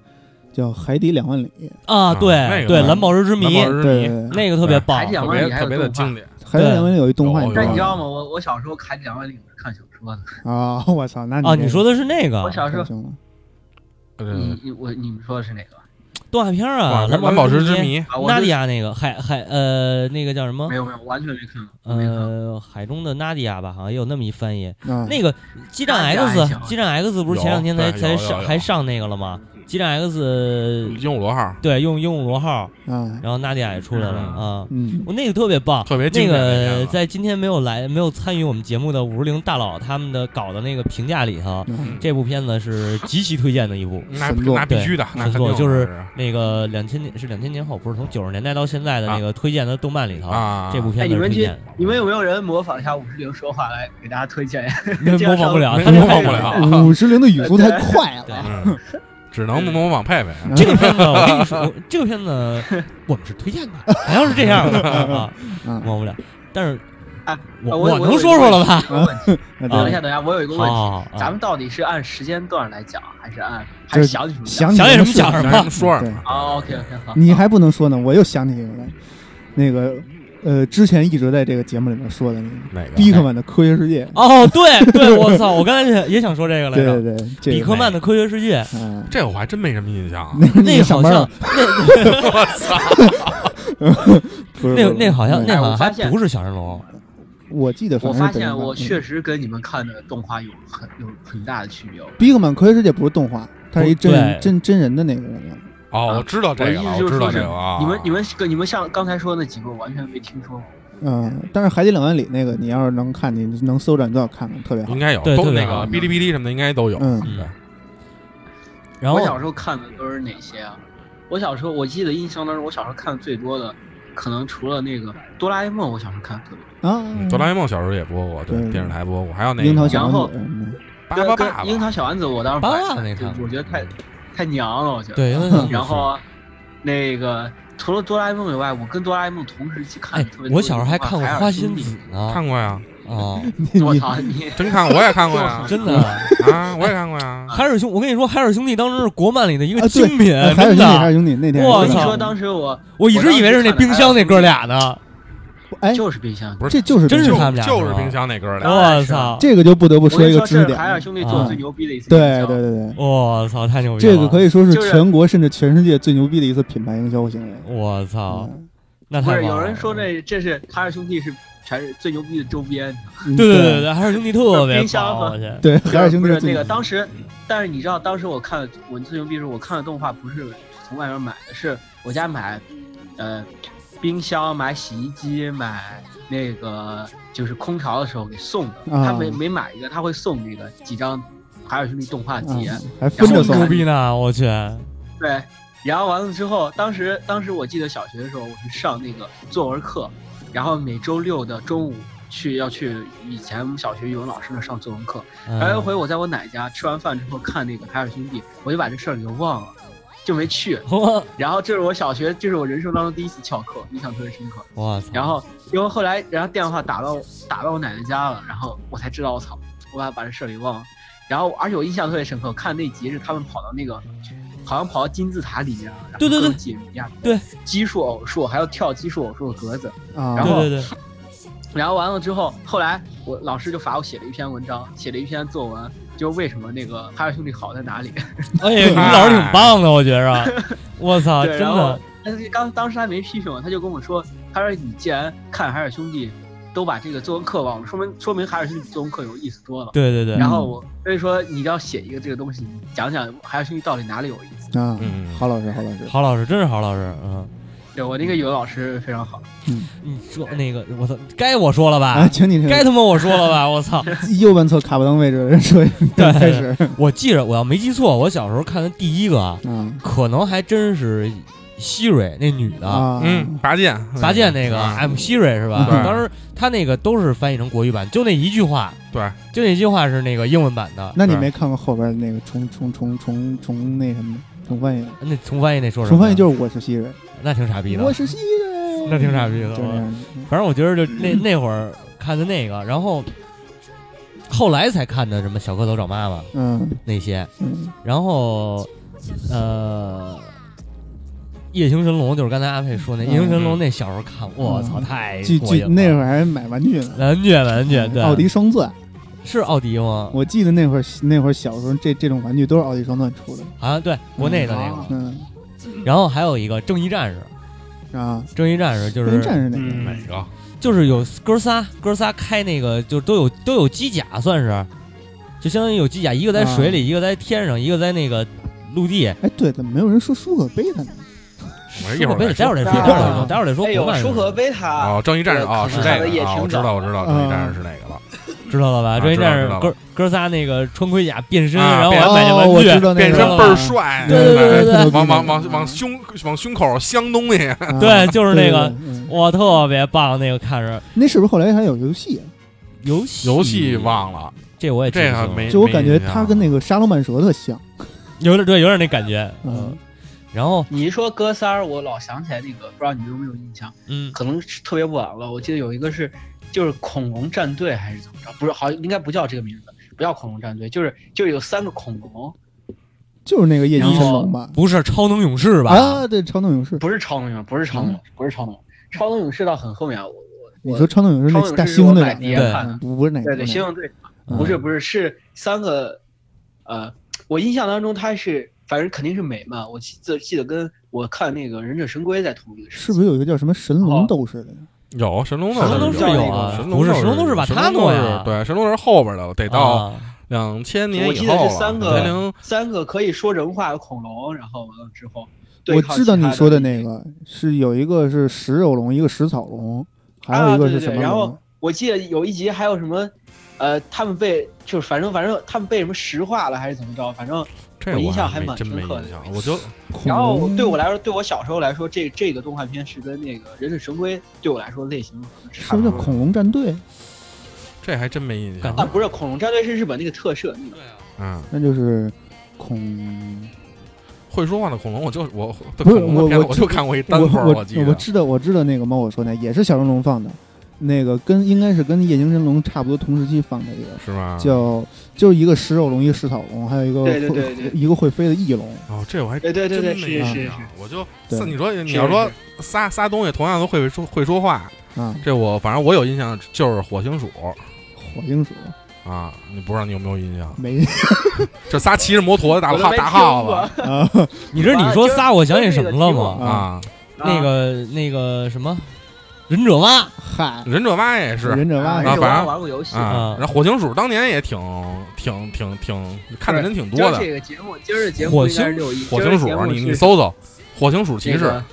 叫《海底两万里》。啊，那对个对， 《蓝宝石之谜蓝宝》石之哎谜对对对那个特别棒还，讲特了别你还有特别的动画经典， 《还是对梁文岭有一动画，哦有你知但你知道道吗？我我小时候看梁文岭是看小说的，吗？啊，我操，那啊，这你说的是那个我小时太候行了，你嗯呃，你我你们说的是哪个？动画片啊，哇蓝蓝宝石之，谜，啊，我娜是迪亚那个海海呃那个叫什哦么没？有没有，完全没看过，没看过。呃，海中的娜迪亚吧，好像也有那么一翻译。啊，那个激战娜迪亚还 X，行啊激战 X 不是前两天才有对才有上有有还上那个了吗？激战 X 鹦鹉螺号，对，用用罗号，啊，然后娜迪亚也出来了嗯啊。嗯，我那个特别棒，特别那经典的一个面了在今天没有来没有参与我们节目的五十铃大佬他们的搞的那个评价里头，嗯这部片子是极其推荐的一部。那神作那必须的， [LAUGHS] 那神肯作定就是那个两千年是两千年后，不是从九十年代到现在的那个推荐的动漫里头，啊，这部哎，片你子是们推去荐，你们有没有人模仿一下五十铃说话来给大家推荐？的，这模样仿不了，没啊他这模仿太不难了。五十铃的语速太快 [LAUGHS] 对了，嗯，只能模仿佩佩。 [LAUGHS] 啊嗯这个片子，我跟你说，这个片子我们是推荐的， [LAUGHS] 好像是这样的 [LAUGHS] 啊，啊，模仿不了。但是哎，我嗯啊我能说说了吧？？哦我那有一个问题啊啊等一对下，等一下，我有一个好问哦题，好，好咱们到底是按时间段来讲，还是按就还是是想起什么讲？想想起什什么讲什么让啊他们说什么？哦，OK OK，好。 [LAUGHS] 你还不能说呢，我又想起一个来，那个呃，之前一直在这个节目里面说的那个哪个？比克曼的《科学世界》，哦，对对，我操，我刚才也也想说这个来对着，对对，这比个克曼的科学世界，啊，这我还真没什么印象啊。那 [LAUGHS] 个那你个上好班像了，那我操！那不是不是那好像嗯那好像哎我还发现不是小神龙，我记得，我反正发是北现京我版确实跟你们看的动画有很有很大的区别。哦嗯比克曼科学世界不是动画，它是一不真对人真真人的那个人了哦，我知道这个我了，意思就我是知说道是这个啊。你们你们你们像刚才说的那几个，我完全没听说过。嗯，但是《海底两万里》那个，你要是能看，你能搜着，你最好看看，特别好应。该有，对都特别那好个哔哩哔哩什么的应该都有。嗯对然后我小时候看的都是哪些啊？我小时候我记得印象当中，我小时候看的最多的，可能除了那个哆啦 A 梦，我小时候看的特别多。啊，嗯哆啦 A 梦小时候也播过，对对，电视台播过，还有那个樱桃然小后丸子，嗯巴巴啊爸跟爸跟樱桃小丸子，我当时巴不巴爱爸爸看那看过我觉得太太娘了，我觉得。对， [LAUGHS] 因为他然后那个除了哆啦 A 梦以外，我跟哆啦 A 梦同时期看哎的特别多的动，画。我小时候还看过海《尔花兄仙弟子》呢，看过呀，啊， [LAUGHS] 你 [LAUGHS] 我 [LAUGHS] 你操你！，真看，我也看过呀 [LAUGHS] 真的。 [LAUGHS] 啊，我也看过呀。 [LAUGHS] 海尔兄，我跟你说，海尔兄弟当时是国漫里的一个啊对精品，哎还有真兄弟，还的。有兄弟，那天我你操说当时我我一直以为是那冰箱那哥俩呢，哎，就是冰箱，不是这就是真是就他们俩就是是吧冰箱那哥俩，我操，这个就不得不啊我说跟一你个说知识这是点海尔了，兄弟做的啊最牛逼的一次营对销对对对，我操，太牛逼了！这个可以说是就是全国甚至全世界最牛逼的一次品牌营销行为。我啊操，嗯那不太是棒有了人说这这是海尔兄弟是全是最牛逼的周边，对对对对，海尔兄弟特别冰箱棒，和我 [LAUGHS] 去，嗯对，海尔兄不弟是最那牛个逼当时，但是你知道当时我看我最牛逼是我看的动画不是从外面买的，是我家买，呃，冰箱买洗衣机买那个就是空调的时候给送的，啊他每每买一个他会送那个几张海尔兄弟动画集，啊，还分着这么然后送牛，逼呢，我 [LAUGHS] 去，哎对，然后完了之后，当时当时我记得小学的时候，我是上那个作文课，然后每周六的中午去要去以前我们小学语文老师那上作文课。然后嗯有一回我在我奶家吃完饭之后看那个《海尔兄弟》，我就把这事儿给忘了，就没去。我然后这是我小学，这是我人生当中第一次翘课，印象特别深刻。我操，然后因为后来，然后电话打到打到我奶奶家了，然后我才知道，我操，我把把这事儿给忘了。然后而且我印象特别深刻，看那集是他们跑到那个，好像跑到金字塔里面，然后对对对各种解谜啊，对，奇数偶数，还要跳奇数偶数的格子。啊，然后对对对，然后完了之后，后来我老师就罚我写了一篇文章，写了一篇作文，就是为什么那个海尔兄弟好在哪里。 [LAUGHS] 哎呀，你老师挺棒的，我觉着，我操，对，真然后的，但是刚当时还没批评我，他就跟我说，他说你既然看海尔兄弟都把这个作文课忘了，说明说明海尔兄弟作文课有意思多了。对对对，然后我所以说你要写一个这个东西，你讲讲海尔兄弟到底哪里有意思。啊，嗯郝老师，郝老师，郝老师真是郝老师，嗯，对我那个语文老师非常好，你说那个，我操，该我说了啊，吧，请你该他妈我说了 [LAUGHS] 吧，我操，右半侧卡不当位置的人 [LAUGHS] 说对开始我记着，我要没记错，我小时候看的第一个啊，啊可能还真是希蕊那女的，啊嗯，拔剑， [LAUGHS] 拔剑那个啊 M 希蕊是吧？嗯当时她那个都是翻译成国语版，就那一句话，对，就那一句话是那个英文版的。那你对没看过后边那个重重重重重那什么重翻译？那重翻译那说什么？重翻译就是我是西人，那挺傻逼的我，是西人，那挺傻逼就的。这我样。反正我觉得就那那会儿看的那个，然后后来才看的什么小蝌蚪找妈妈嗯那些，嗯然后呃。夜行神龙就是刚才阿佩说那嗯夜行神龙，那小时候看，我操，嗯太记过记瘾了。那会儿还买玩具呢，玩具玩具，对，嗯奥迪双钻。是奥迪吗？我记得那会儿那会儿小时候这这种玩具都是奥迪双钻出的，好像对，国内的那个。啊嗯然后还有一个正义战士，啊，正义战士就真战是士那个，哪嗯，个？就是有哥仨，哥仨开那个就都有都有机甲，算是，就相当于有机甲，一个在水嗯里，一个在天上，一个在那个陆地。哎，对，怎么没有人说舒克贝塔呢？我这一会儿没再事，待会儿说再说，啊待会儿再说，待会儿再说。哎呦国，漫舒和贝塔哦，正义战士哦，是这我看的个也啊，挺我知道，早我知道，嗯正义战士是哪个了？知道了吧？啊正义战士知道哥哥仨那个穿盔甲变身，啊然后变还买那哦我玩具知，道那变个身倍儿帅，嗯对对对对对往往往往胸往胸口镶东西，啊对就是那个对对对嗯我特别棒，那个看着那是不是后来还有游戏？啊游戏游戏 [LAUGHS] 忘了，这我也记不这清个了没，就我感觉没印象它跟那个沙罗曼蛇特像，有点对，有点那感觉，嗯嗯。然后你一说哥仨儿，我老想起来那个，不知道你们有没有印象？嗯，可能是特别晚了。我记得有一个是，就是恐龙战队还是怎么着？不是，好像应该不叫这个名字，不叫恐龙战队，就是就是有三个恐龙，就是那个夜行神龙吧？不是超能勇士吧？啊，对，超能勇士。不是超能勇，不是超能勇，不是超能勇，超能勇士到很后面，我我嗯你我说超能勇士超那能勇大士是猩我的买两碟个，对看的，不不是哪个？对对，不猩是哪个猩队嗯不是不是是三个，呃，我印象当中它是反正肯定是美漫，我记得记得跟我看那个忍者神龟在同一个时是期不是有一个叫什么神龙斗士的？有神龙神龙斗斗士士有有啊神不龙是斗士神龙斗士瓦神塔龙斗诺士啊呀对，神龙斗士后边的了，得到啊两千年我以记后得啊了，是三个两千零三个可以说人话的恐龙，然后完了之后，对我抗知道其他你说的的那个是有一个是食肉龙，一个食草龙，还有一个是什么啊对对对然龙后？我记得有一集还有什么，呃，他们被就是反正反正他们被什么石化了还是怎么着，反正这我我印象还还没蛮真深没刻的印象，我就恐然后龙对我来说，对我小时候来说，这这个动画片是跟那个《忍者神龟》对我来说类型可能是差不不是多。叫恐龙战队？这还真没印感象觉，啊，不是恐龙战队是日本那个特摄那个，嗯，那就是恐，会说话的恐龙，我就我对不是恐龙的片我子我我就看过一我单分儿，我记我得知道我知道那个猫我说那也是小神龙放的，那个跟应该是跟夜行神龙差不多同时期放的一个，是吗？叫就是一个食肉龙，一个食草龙，还有一个对对会对对一个会飞的翼龙。哦，这我还对对对对，真是没是印是是象，我就对你说你是要说是仨仨东西同样都会说会说话，啊，这我反正我有印象就是火星鼠火星鼠啊，你不知道你有没有印象？没这仨骑着摩托的大我都大没大听耗子过啊，你这你说仨，我想起什么了吗？啊啊，那个那个什么，忍者蛙嗨，忍者蛙也是忍者蛙啊，那还这是个反我正玩过游戏。啊啊，然后火星鼠当年也挺挺挺挺看的人挺多今儿的，这个节目，今儿的节目火应星该是六一。火今儿星的鼠节目你是你搜搜火星鼠骑那士个，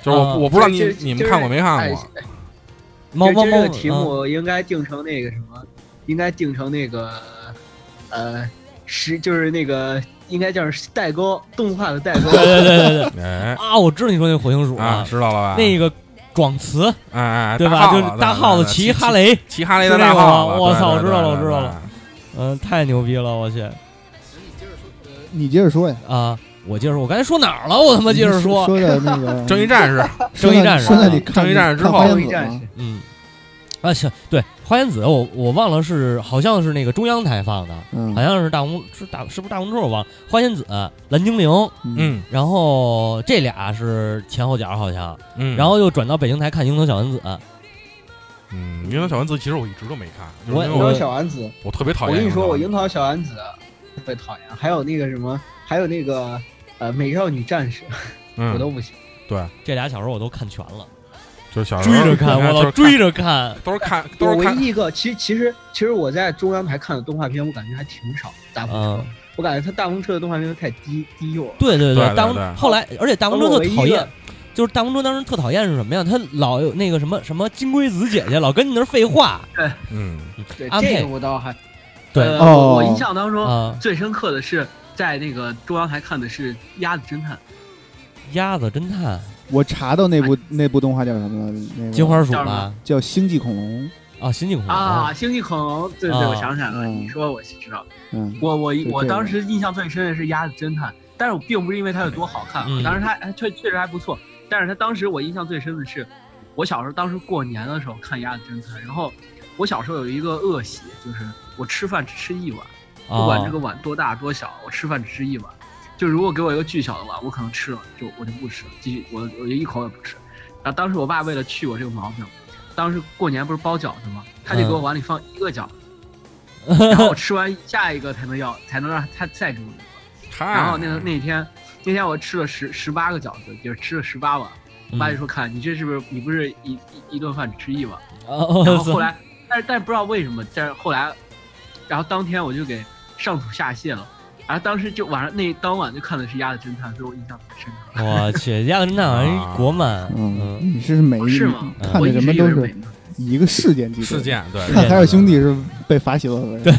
就是我啊我不知道你就是你们看过没看过？哎猫就猫今儿猫这个题目应该定成那个什么，应该定成那个，呃，十就是那个应该叫是代沟，动画的代沟对。对对对对哎啊！我知道你说那火星鼠啊，了，知道了吧？那个广辞哎哎，对大吧？耗就子是对大耗子对对骑哈雷，骑哈雷是的那大个耗吗子。我对操对我知对道了我对知道对了嗯，太牛逼了，我去你接着说呀，啊！我接着说，我刚才说哪儿了？我他妈接着说说，说的 [LAUGHS] 那个正义战士，说正义到战士说到啊你看正义战士之看后花正仙义子战吗士嗯，啊行，对花仙子，我我忘了是好像是那个中央台放的，嗯好像是大红是大是不是大红之后我忘了，花仙子、蓝精灵，嗯，嗯然后这俩是前后脚好像，嗯，然后又转到北京台看《樱桃小丸子》，嗯，樱桃小丸子其实我一直都没看，就是因为樱桃我小丸子，我特嗯别讨我厌。跟你说，我樱桃小丸子特别讨厌，还有那个什么，还有那个呃美少女战士，我都嗯，不行。这俩小时候我都看全了，就是小时追候 [LAUGHS] 着看，我啊就老是啊追着看。都是看都我是唯看一一个，其实其实其实我在中央台看的动画片，我感觉还挺少。大风车嗯，我感觉他大风车的动画片都太低低幼了。对对对对大风对后来，而且大大风车特讨厌，，就是大风车当时特讨厌是什么呀？他老有那个什么什么金龟子姐姐老跟你那儿废话嗯对安这倍个我倒还对呃哦我我印象当中啊，最深刻的是在那个中央台看的是《鸭子侦探鸭子侦探我查到那部那部动画叫什么了？那个金花鼠叫吧什么？叫《星际恐龙》。啊，新进》恐龙啊，《星际恐龙》对对，啊我想起来了，嗯你说我是知道，嗯，我我对我这个当时印象最深的是《鸭子侦探》，但是我并不是因为它有多好看，嗯当时它它确确实还不错，但是它当时我印象最深的是，我小时候当时过年的时候看《鸭子侦探》，然后我小时候有一个恶习，就是我吃饭只吃一碗。不管这啊个碗多大多小，我吃饭只吃一碗。就如果给我一个巨小的碗，我可能吃了，就我就不吃，继续我我就一口也不吃。然后当时我爸为了去我这个毛病，当时过年不是包饺子吗？他就给我碗里放一个饺子，然后我吃完下一个才能要，才能让他再给我一个。啊然后那个那天那天我吃了十十八个饺子，就是吃了十八碗。我啊嗯爸就说：“看你这是不是你不是一一一顿饭只吃一碗？”哦然 [LAUGHS] 后后来，但是但是不知道为什么，但是后来，然后当天我就给上吐下泻了。然后当时就晚上那当晚就看的是《鸭子侦探》，所以我印象很深 [LAUGHS] 刻。我去，亚历山好像国漫，嗯，嗯，你是哎每一哦是吗？嗯看我的一什直么以都为是美漫以一个事嗯件记事录。件对，看海尔嗯兄弟是被罚洗了的，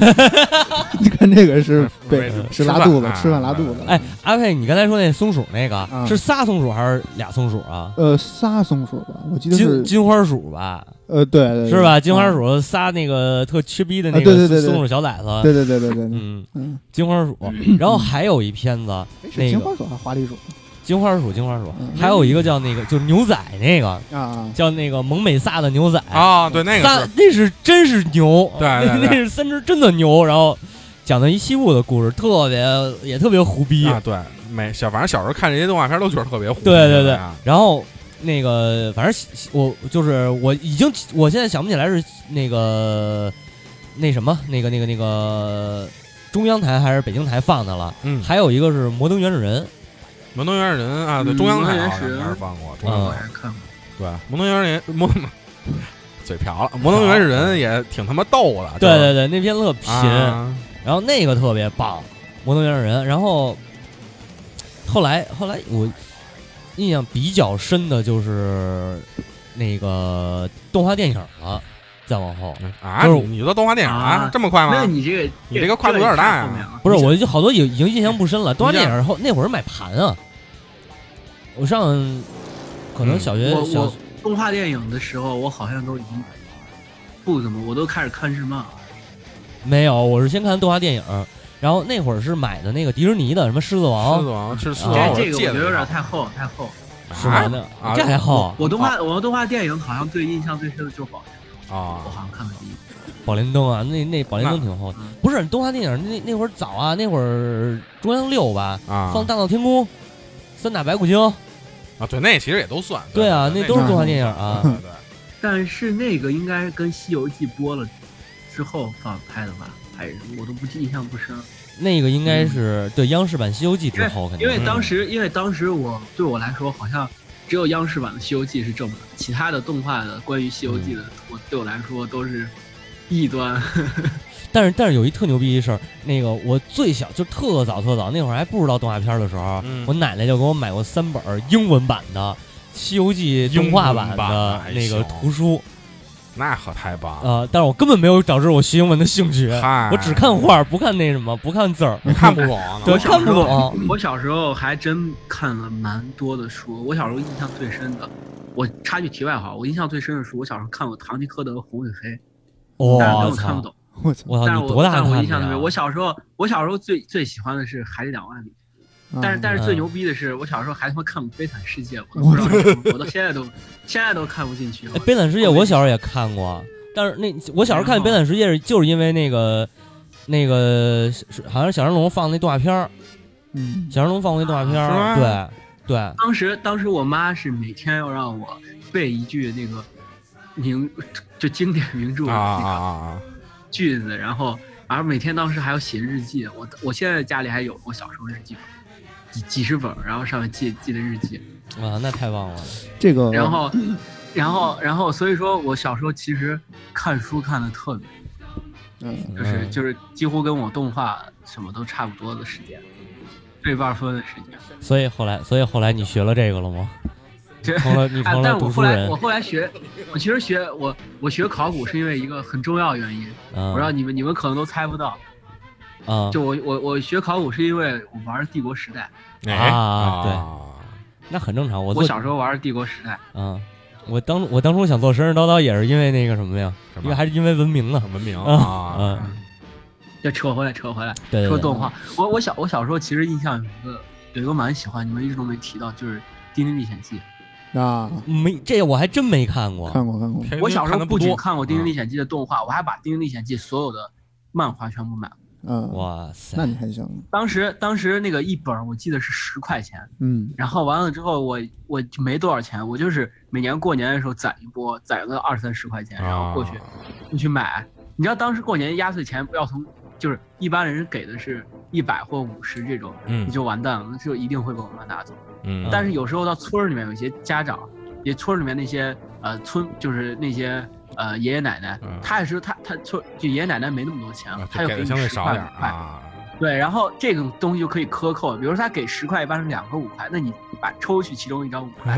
你 [LAUGHS] 看这个是嗯被对是吃拉饭肚子啊，吃饭拉肚子。哎，阿佩，你刚才说那松鼠那个、嗯是仨松鼠还是俩松鼠啊？呃，仨松鼠吧，我记得金是金花鼠吧，呃，对对对是吧？金花嗯鼠仨那个特缺逼的那啊对对个对对松鼠小崽子，对对对对对对，嗯，嗯，金花 [CLEARS THROAT] 鼠。然后还有一片子，哎是那个金花鼠还是花栗鼠金花鼠，金花鼠嗯，还有一个叫那个就是牛仔那个啊啊？叫那个蒙美萨的牛仔，啊，对 [LAUGHS] 那个仨是那是真是牛， [LAUGHS] 对对对那是三只真的牛，然后。讲的一西部的故事，特别也特别胡逼，啊，对，每小反正小时候看这些动画片都觉得特别火，对对对啊，然后那个，反正我就是我已经，我现在想不起来是那个那什么，那个那个那个中央台还是北京台放的了。嗯，还有一个是《摩登原始人》，摩登原始人啊，对，嗯中央台摩登原好像始人还是放过，中嗯央我台还是看过。对，摩登原始人摩嘴瓢了，摩登原始人也挺他妈逗的，对对对，对，那篇乐贫，啊然后那个特别棒，《摩登原始人》。然后后来后来我印象比较深的就是那个动画电影了，再往后啊，就是你你都动画电影啊啊，这么快那吗？你这个你这个跨度有点大呀这个太后面了不是，我就好多有已经印象不深了。动画电影后那会儿买盘啊，我上可能小学、嗯哎我小我动画电影的时候，我好像都已经不怎么，我都开始看日漫了。没有，我是先看动画电影，然后那会儿是买的那个迪士尼的什么《狮子狮王子》王是狮子哦王，这这个我借觉的得有点太厚了，太厚了。是吗？那、啊这还好，我动画，哦我动画电影好像最印象最深的就是《宝莲我啊好像看了第一部。宝莲灯啊，那那宝莲灯挺厚的嗯。不是动画电影，那那会儿早啊，那会儿中央六吧，啊，放《大闹天宫》，三打白骨精，啊，对，那其实也都算，对啊，那都是动画电影影啊。 [LAUGHS] 对对。但是那个应该跟《西游记》播了之后放拍的吧？还是我都不记印象不深，那个应该是对央视版《西游记》因之为后，肯定因为当时因为当时我对我来说好像只有央视版的《西游记》是正版，其他的动画的关于《西游嗯记》的，我对我来说都是 [LAUGHS] 异端。嗯但是但是有一特牛逼的事儿，那个我最小就特早特早那会儿还不知道动画片儿的时候，嗯我奶奶就给我买过三本儿英文版的《西游记》动画版英文版的还那个行图书那可太棒了！啊、呃但是我根本没有导致我学英文的兴趣，嗨呃我只看画儿，不看那什么，不看字儿，你看不懂啊，对，那看不懂。我小时候还真看了蛮多的书，我小时候印象最深的。我插句题外话，我印象最深的书，我小时候看过《堂吉诃德和红卫飞》，但是哦我我看不操！懂。我操！我操！但是啊你我多大看但的是啊我呀？印象特别，我小时候我小时候最最喜欢的是《海底两万里》，嗯但是但是是最牛逼的是，我小时候还他妈看过《悲惨世界》，我都不知道是什么，我到现在都现在都看不进去。哎《悲惨世界》我小时候也看过，啊但是那我小时候看《悲惨世界》是就是因为那个那个是好像是小神龙放那动画片儿，嗯，小神龙放过那动画片是吗啊儿，对对。当时当时我妈是每天要让我背一句那个名就经典名著啊啊那啊个句子，然后然后每天当时还要写日记，我我现在家里还有我小时候日记本几几十本，然后上面记记的日记。哇，那太棒了！这个然后，嗯然后，然后，所以说我小时候其实看书看的特别，嗯就是嗯就是几乎跟我动画什么都差不多的时间，对半分的时间。所以后来，所以后来你学了这个了吗？这成了你哎成，了但我读书后来人我，后来学，我其实学我我学考古是因为一个很重要的原因，我让嗯你们你们可能都猜不到，啊就我我我学考古是因为我玩帝国时代，啊！哎啊那很正常。我我做小时候玩帝国时代，啊，我当我当初想做神神叨叨也是因为那个什么呀，什么因为还是因为文明呢。很文明嗯啊，，要扯回来扯回来对对对说动画，我我小我小时候其实印象有一个有一个蛮喜欢，你们一直都没提到，就是《丁丁历险记》。啊，没这我还真没看过。看过看过哎天津我小时看候得嗯不多嗯仅看过《丁丁历险记》的动画，我还把《丁丁历险记》所有的漫画全部买了。嗯，哇塞那，你还行，当时当时那个一本儿我记得是十块钱，嗯然后完了之后我我就没多少钱，我就是每年过年的时候攒一波，攒个二三十块钱，然哎后过去啊过去买。你知道当时过年压岁钱不要从，就是一般人给的是一百或五十这种，嗯你就完蛋了，就一定会被我妈拿走。嗯，但是有时候到村儿里面，有些家长，也村儿里面那些呃村，就是那些呃爷爷奶奶嗯，他也是他他村就爷爷奶奶没那么多钱啊，他就就给给的你相对十少块点儿五块，啊，对，然后这个东西就可以克扣，比如说他给十块，一般是两个五块，那你把抽去其中一张五块，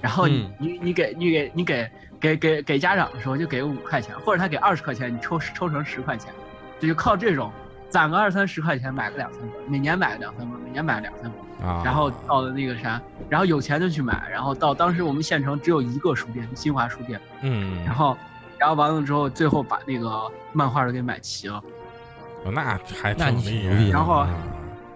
然后你、你你给你给你给给给给家长的时候就给个五块钱，或者他给二十块钱，你抽抽成十块钱，就就靠这种攒个二三十块钱买个两三本，每年买个两三本，每年买个两三本。啊，然后到了那个啥，然后有钱就去买，然后到当时我们县城只有一个书店，新华书店，嗯，然后，然后完了之后，最后把那个漫画都给买齐了，哦那还那挺你厉挺害牛逼的，的然后嗯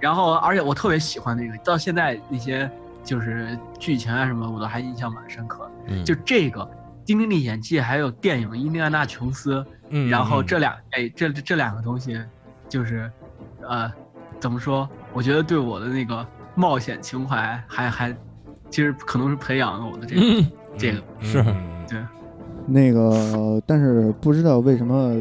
然后而且我特别喜欢那个，到现在那些就是剧情啊什么，我都还印象蛮深刻的。嗯就这个，丁丁的演技，还有电影《印第安纳琼斯》，嗯然后嗯这两哎这这两个东西，就是，呃，怎么说？我觉得对我的那个冒险情怀还还，其实可能是培养了我的这个。嗯这个嗯是嗯那个，但是不知道为什么，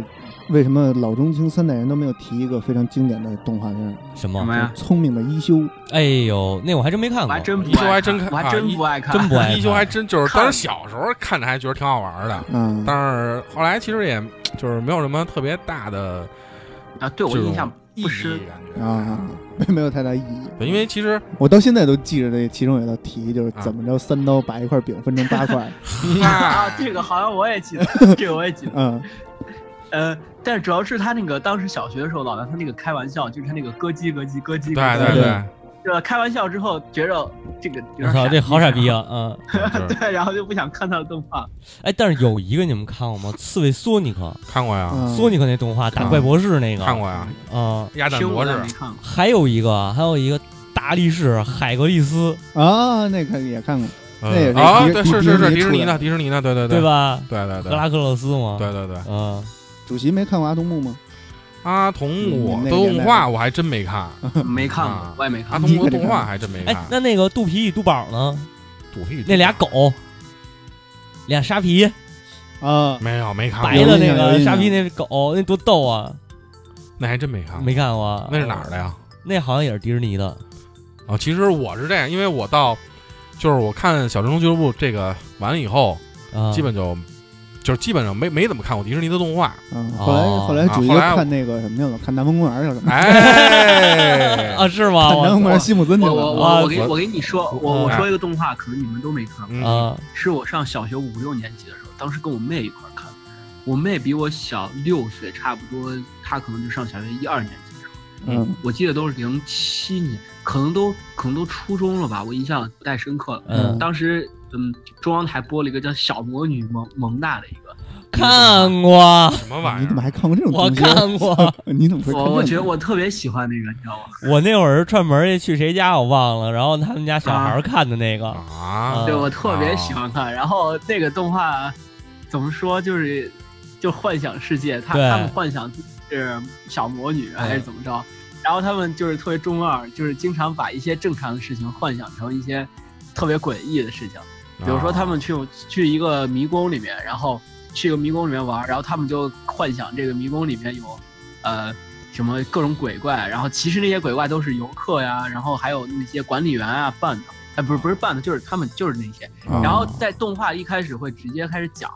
为什么老中青三代人都没有提一个非常经典的动画片儿，什什么么？呀《聪明的一休》。哎呦，那我还真没看我过，还真不一休还爱真看我还真不爱看，真不爱一休还看真哎就是当时看小时候看着还觉得挺好玩的，嗯，但是后来其实也就是没有什么特别大的啊！对我这种 [LAUGHS] 印象意不深义感觉啊，没有太大意义。对因为其 [LAUGHS] 实我到现在都记着这其中有道题，就是怎么着三刀把一块饼分成八块。啊，这个好像我也记得，这个我也记得。嗯呃，但是主要是他那个当时小学的时候，老梁他那个开玩笑，就是他那个咯叽咯叽咯叽对咯叽，对对对呃，开玩笑之后觉着这个有我点操，这好傻逼啊！啊！嗯，就是 [LAUGHS] 对，然后就不想看他的动画。哎，但是有一个你们看过吗？刺猬索尼克，看过呀，嗯，索尼克那动画打看怪博士那个，看过呀，啊。鸭蛋生博我倒士没看过，还有一个，啊还有一个大力士海格力斯，啊，那个也看过，那也嗯是啊，迪对迪是是是迪士尼迪士尼的迪士尼出的的，对对对对吧？对对格对拉克勒斯嘛，对对对。嗯，主席没看过《阿童木》吗？阿童嗯木那个年代嗯动画我还真没看，没看啊过，我也没阿看过。童木动画还真没哎看，。那那个肚皮与肚宝呢？肚皮与那俩狗，俩沙皮啊，没有没看白过，的那有印象有个印沙象皮那狗，那多逗啊！那还真没看过，没看过，啊啊那是哪儿的？呀？那好像也是迪士尼的。哦啊，其实我是这样，因为我到就是我看《小神龙俱乐部》这个完了以后，啊，基本就就是基本上没没怎么看过迪士尼的动 [LAUGHS] 画。嗯，后来哦后来主席啊后来我看那个什么去了，看《南方公园》去了，看哎，啊是吗？ 《南方我公园》西姆森去我我了。我啊我给我给你说，我嗯我说一个动画，可能你们都没看过，嗯啊是我上小学五六年级的时候，当时跟我妹一块儿看的。我妹比我小六岁，差不多，她可能就上小学一二年级的时候。嗯，我记得都是零七年，可能都可能都初中了吧，我印象不太深刻了。嗯当时嗯，中央台播了一个叫《小魔女蒙蒙娜》的一个，看 [LAUGHS] 过，什么玩你意怎么儿？还看过这种我东西？看过， [LAUGHS] 你怎么会看这我种？我觉得我特别喜欢那个，你知道吗？ [LAUGHS] 我那会儿串门儿去谁家我忘了，然后他们家小孩儿看的那个，哦啊，对，我特别喜欢看。然后那个动画怎么说，就是就幻想世界，他对他们幻想自己是小魔女还是怎么着？然后他们就是特别中二，就是经常把一些正常的事情幻想成一些特别诡异的事情。啊比如说他们去去一个迷宫里面，然后去一个迷宫里面玩，然后他们就幻想这个迷宫里面有，呃，什么各种鬼怪，然后其实那些鬼怪都是游客呀，然后还有那些管理员啊扮的，哎、不是不是扮的，就是他们就是那些。嗯啊然后在动画一开始会直接开始讲，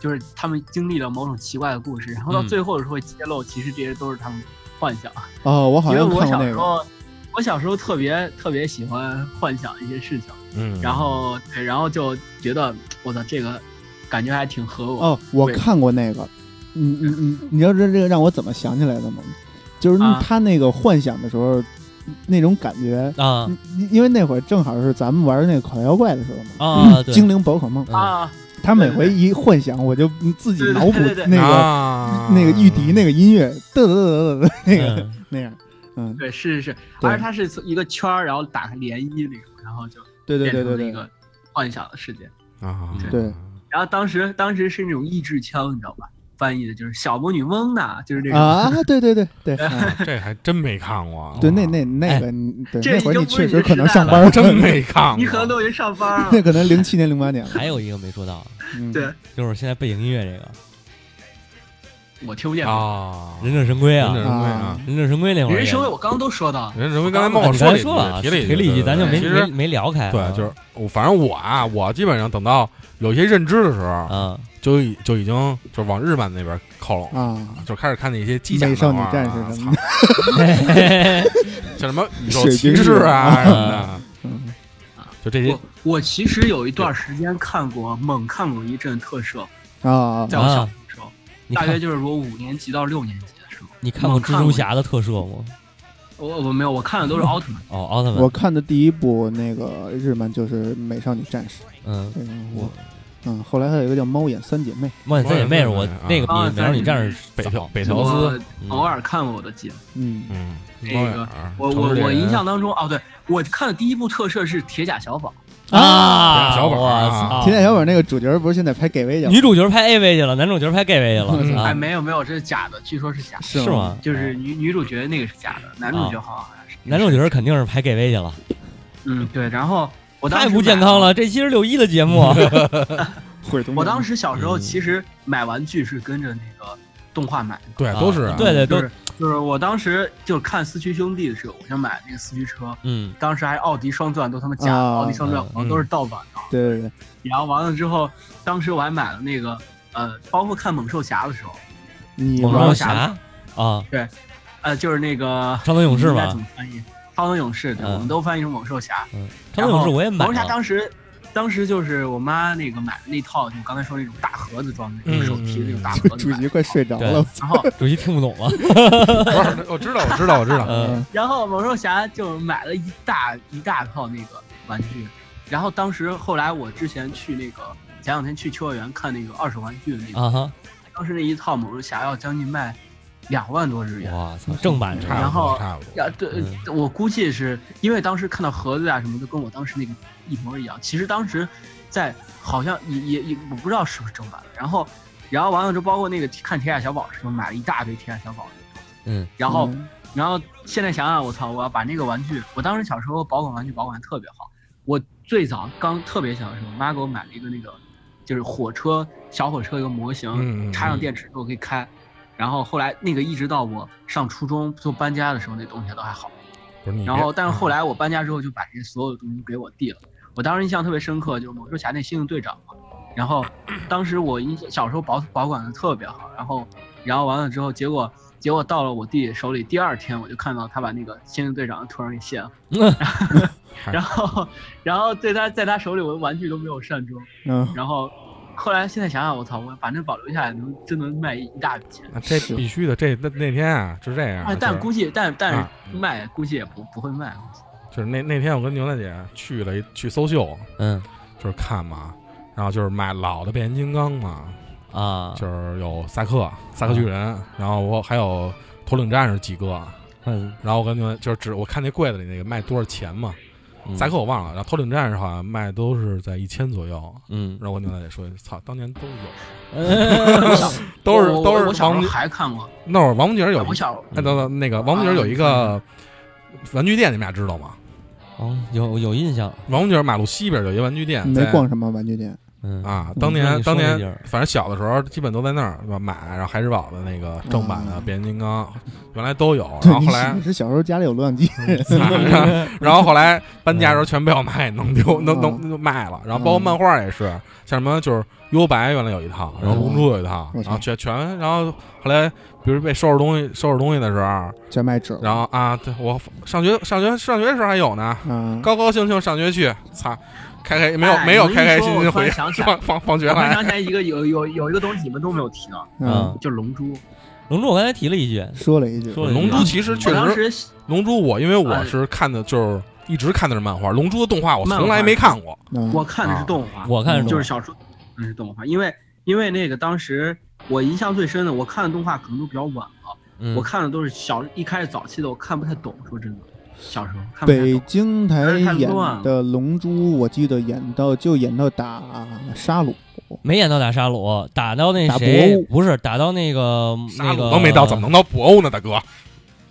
就是他们经历了某种奇怪的故事，然后到嗯最后的时候会揭露，其实这些都是他们幻想。哦，我好因为像我看过小那时个。候，我小时候特别特别喜欢幻想一些事情。嗯，然后对，然后就觉得我的这个感觉还挺合我。嗯哦，我看过那个。你你你，你知道这这个让我怎么想起来的吗？就是啊他那个幻想的时候，那种感觉。啊因因为那会儿正好是咱们玩那个口袋妖怪的时候嘛，啊，对精灵宝可梦，嗯啊，他每回一幻想，我就嗯自己脑补对对对对那个啊那个玉笛那个音乐，嘚嘚嘚嘚嘚那个嗯那样， [LAUGHS] 嗯，对，是是是，对而且它是一个圈儿，然后打开涟漪那种，然后就对对对变成对了一对，个幻想的世界。啊，对然后当时当时是那种益智枪，你知道吧？翻译的就是小魔女蒙娜，就是这种。啊，对对对 [LAUGHS] 对啊这还真没看过，啊 [LAUGHS] 对，那那那个你对哎这那会儿已经你不确是实你可能时代上了班儿，真没看过，你可能都已经上班了 [LAUGHS] 那。可能零七年零八年 [LAUGHS] 了。还有一个没说到，嗯对就是现在背景音乐这个我听不见。啊。《忍者神龟》忍啊，者《神龟啊啊，忍者神龟》那会儿也，人生我刚都说到，忍者神龟刚才那冒啊你说刚才了一说了啊，句，提了一句，提了一句，咱就没其实没没聊开啊。对，就是我，反正我啊，我基本上等到有一些认知的时候，啊，就已就已经就往日漫那边靠拢了。啊，就开始看那些机甲美少女漫画啊战士什么操 [LAUGHS] 像什么宇宙骑水兵士啊啊什么 [LAUGHS] 嗯的，就这些我我其实有一段时间看过，猛看过一阵特摄，啊啊，在我小学的时候，你大约看就是我五年级到六年级的时候。你看过我蜘看蛛过侠的特摄吗？我我没有，我看的都是奥特曼。哦，奥特我曼，看的第一部那个日漫就是《美少女战士》，嗯，对我我嗯，后来还有一个叫《猫眼三姐妹》，冒险三姐妹是我啊那个比啊《美少女三姐妹战士》北条早北条我司，嗯偶尔看过我都记得。嗯，嗯，那猫眼个儿我城我市猎我人印象当中，哦，对我看的第一部特摄是《铁甲小宝啊，小宝我啊操，铁甲小宝那个主角不是现在拍给威去了女主角拍 A 位去了，男主角拍 Gay 位去嗯了，》，哎，啊，没有没有，这是假的，据说嗯是假的，是是？吗？啊就是女女主角那个是假的，男主角好像好像是。男主角肯定是拍 Gay 位去了，嗯，对，然后我当时太不健康买了，这期是六一的节目， [LAUGHS] 毁东西我当时小时嗯候其实买玩具是跟着那个动画买的，对，都是啊啊 [LAUGHS] 对对就都是就是我当时就是看四驱兄弟的时候，我就买那个四驱车，嗯当时还奥迪双钻都他妈假的，啊奥迪双钻好像都是盗版的。对对对，然后完了之后，当时我还买了那个呃，包括看猛兽侠的时候，你猛玩兽儿兽侠侠啊，呃，就是那个超能勇士应该嘛怎，么翻译？超能勇士，对，嗯我们都翻译成猛兽侠。超能勇士我也买猛兽侠了，当时，当时就是我妈那个买的那套，就刚才说那种大盒子装的，那嗯种手提的那种大盒子嗯主买的。席快睡着对了，然后，主席听不懂啊了，不是，我知道，我知道，我 [LAUGHS] 知道，嗯，然后猛兽侠就买了一大一大套那个玩具。然后当时后来我之前去那个前两天去秋叶原看那个二手玩具的那个，啊哈，当时那一套猛兽侠要将近卖两万多日元。我操，正版是吧差然不多，后差不多呀，对，嗯我估计是因为当时看到盒子啊什么的，跟我当时那个一模一样。其实当时在好像也也也我不知道是不是正版的。然后，然后完了之后，包括那个看《铁甲小宝》的时候，买了一大堆《铁甲小宝》的东西。嗯，然后，嗯然后现在想想，我操，我要把那个玩具，我当时小时候保管玩具保管的特别好。我最早刚特别小的时候，我妈给我买了一个那个，就是火车小火车一个模型，嗯嗯嗯插上电池之后可以开。然后后来那个一直到我上初中就搬家的时候，那东西都还好。不是你别。嗯然后，但是后来我搬家之后，就把这些所有的东西给我弟了。我当时印象特别深刻，就是《猛兽侠》那猩猩队长嘛。然后当时我印象小时候保保管的特别好，然后然后完了之后，结果结果到了我弟手里，第二天我就看到他把那个猩猩队长的图上给卸了，然后然后在他在他手里，我的玩具都没有善终。嗯，然后后来现在想想，我操，我把那保留下来能真能卖一大笔钱。啊这是必须的，这那那天啊是这样哎，，但就是估计但但啊是卖估计也不不会卖。就是那那天我跟牛大姐去了一去搜秀， [LAUGHS] 嗯就是看嘛，然后就是买老的变形金刚嘛，啊，就是有萨克、萨克巨人，啊然后我还有头领战士几个，嗯，然后我跟你们就是只我看那柜子里那个卖多少钱嘛，嗯萨克我忘了，然后头领战士好像卖都是在一千左右。[LAUGHS] 嗯，然后我跟牛大姐说：“操，当年都有，嗯，都是我我都是我小时王候还看过，那会儿王府井有我啊一，小时候哎等等，那个王府井有一个玩具店，你们俩知道吗？哦，有有印象，王府井马路西边有一玩具店，没在逛什么玩具店，嗯啊，嗯当那年你当说那地年儿，反正小的时候基本都在那儿对吧买，然后海之宝的那个正版的啊变形金刚，原来都有，然后后来你，是小时候家里有录像机， [LAUGHS] 然后后来搬家的时候全被我妈给弄丢，嗯弄弄弄卖了，然后包括嗯漫画也是，像什么就是幽白原来有一套，然后嗯龙珠有一套，我然操后全全，然后后来比如被收拾东西收拾东西的时候，全卖纸了，然后啊，对我上学上学上学的时候还有呢，啊，高高兴兴上学去，操，开开没有嗯哎没有你一开开说心我心突然回 [LAUGHS] 想起来了放放放学我还来，想起来一个有有有一个东西你们都没有提到，嗯，就是龙珠。 [LAUGHS] 龙珠我刚才提了一句，说了一句，说了一句啊龙珠其实我确当实时龙珠我因为我哎是看的就是一直看的是漫画，龙珠的动画我从漫来画没看过。嗯我看的是动画，啊我看是嗯中就是小说看的是动画，因为因为那个当时我印象最深的，我看的动画可能都比较晚了，嗯我看的都是小一开始早期的，我看不太懂。说真的，小时候看不太北懂。京台但是太演乱了的《龙珠》，我记得演到就演到打沙鲁，没演到打沙鲁，打到那打谁博物不是打到那个沙那鲁个都没到，怎么能到博欧呢，大哥？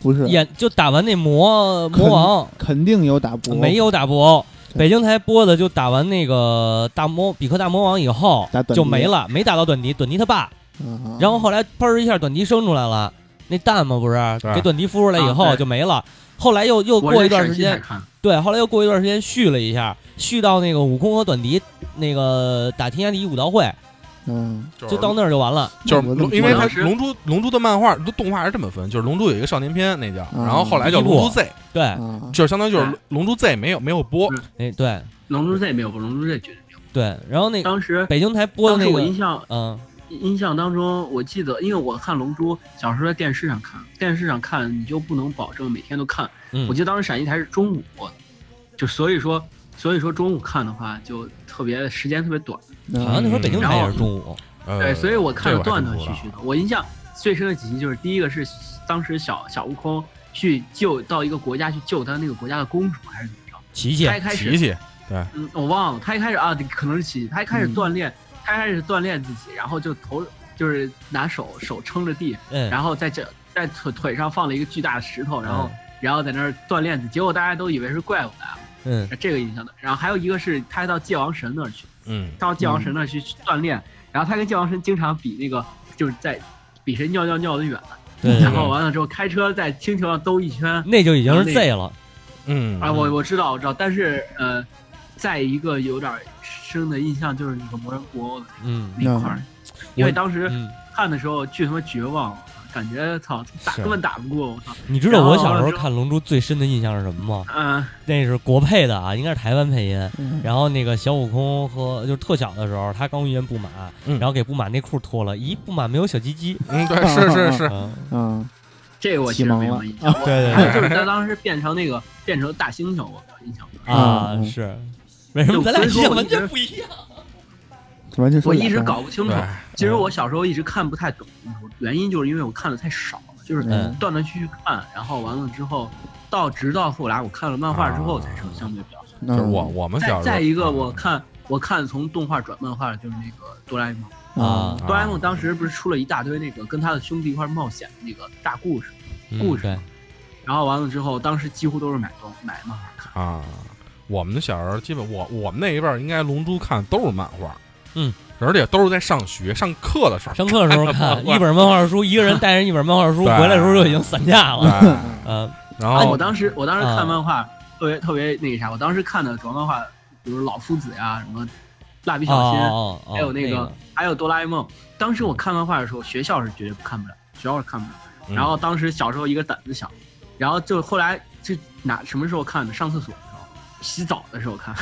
不是，演就打完那魔肯魔王，肯定有打博，没有打布欧。对北京台播的就打完那个大魔比克大魔王以后打短笛就没了，没打到短笛，短笛他爸。啊。然后后来砰一下，短笛生出来了，那蛋嘛不是对给短笛孵出来以啊后对就没了。后来又又我过是一段陕时西台间，看的，对，后来又过一段时间续了一下，续到那个悟空和短笛那个打天下第一武道会，嗯，就就到那儿就完了。就是我怎龙么，因为我它当时龙珠龙珠的漫画动画是这么分，就是龙珠有一个少年篇那叫，嗯然后后来叫龙珠 Z，对，啊，就是相当于就是对龙珠 Z 没有没有播，那对龙珠 Z 没有，龙珠 Z 绝对没有。对，然后那当时北京台播的当时那我个印，象嗯，印象当中，我记得，因为我看龙珠小时候在电视上看，电视上看你就不能保证每天都看。嗯我记得当时陕西台是中午播的，就所以说所以说中午看的话就特别时间特别短。好像那时候北京台也然是后中午，呃对，所以我这看了我还断真断不知续道续的。我印象最深的几集就是第一个是当时小小悟空去救到一个国家去救他那个国家的公主还是怎么着？琪琪他一开始琪琪，嗯，我忘了，他一开始啊，可能是起，他一开始嗯锻炼，他一开始锻炼自己，然后就头就是拿手手撑着地，嗯，然后在这在腿腿上放了一个巨大的石头，然后、嗯然后在那儿锻炼自己，结果大家都以为是怪物来了，嗯这个印象的。然后还有一个是他到界王神那儿去，嗯，到界王神那儿去去锻炼，然后他跟界王神经常比那个就是在比谁尿尿尿的远，对，对然对后完了之后开车在星球上兜一圈，那就已经然后是那 Z 了，嗯啊，我我知道，我知道，但是呃，在一个有点深的印象就是那个魔人布欧的嗯那块儿，因为当时嗯。看的时候巨他妈绝望，感觉操打是根本打不过我操，你知道我小时候看《龙珠》最深的印象是什么吗？嗯那是国配的啊，应该是台湾配音。嗯然后那个小悟空和就是特小的时候，他刚遇见布马，嗯然后给布马那裤脱了，咦，布马没有小鸡鸡，嗯对是是 [LAUGHS] 是，嗯，嗯，这个我其启实蒙没什了么印象， [LAUGHS] 对对还对 [LAUGHS] 有就是他当时变成那个变成大猩猩，我印象不大啊，嗯是为什么咱俩印象完全不一样？完全说我一直俩搞不清楚对。嗯其实我小时候一直看不太懂，原因就是因为我看的太少了，就是嗯断断续续看，然后完了之后，到直到后来我看了漫画之后才是相对比较好。嗯就是我啊我们小时再候再一个，我看我看从动画转漫画的就是那个哆啦 A 梦，嗯啊啊哆啦 A 梦当时不是出了一大堆那个跟他的兄弟一块冒险的那个大故事，嗯故事对，然后完了之后，当时几乎都是买动买漫画看，啊，我们小时候基本我我们那一辈儿应该《龙珠》看都是漫画，嗯，而且都是在上学上课的时候，上课的时候 [LAUGHS] 看我一本漫画书，一个人带着一本漫画书对回来的时候就已经散架了。对嗯，然啊，我后当时我当时啊看漫画特别特别那个啥，我当时看的主要漫画，比如老夫子呀，什么蜡笔哦小新，哦哦，还有那那个，还有哆啦 A 梦。当时我看漫画的时候，学校是绝对看不了，学校是看不了。嗯然后当时小时候一个胆子小，然后就后来就哪什么时候看的？上厕所的时候，洗澡的时候看。哦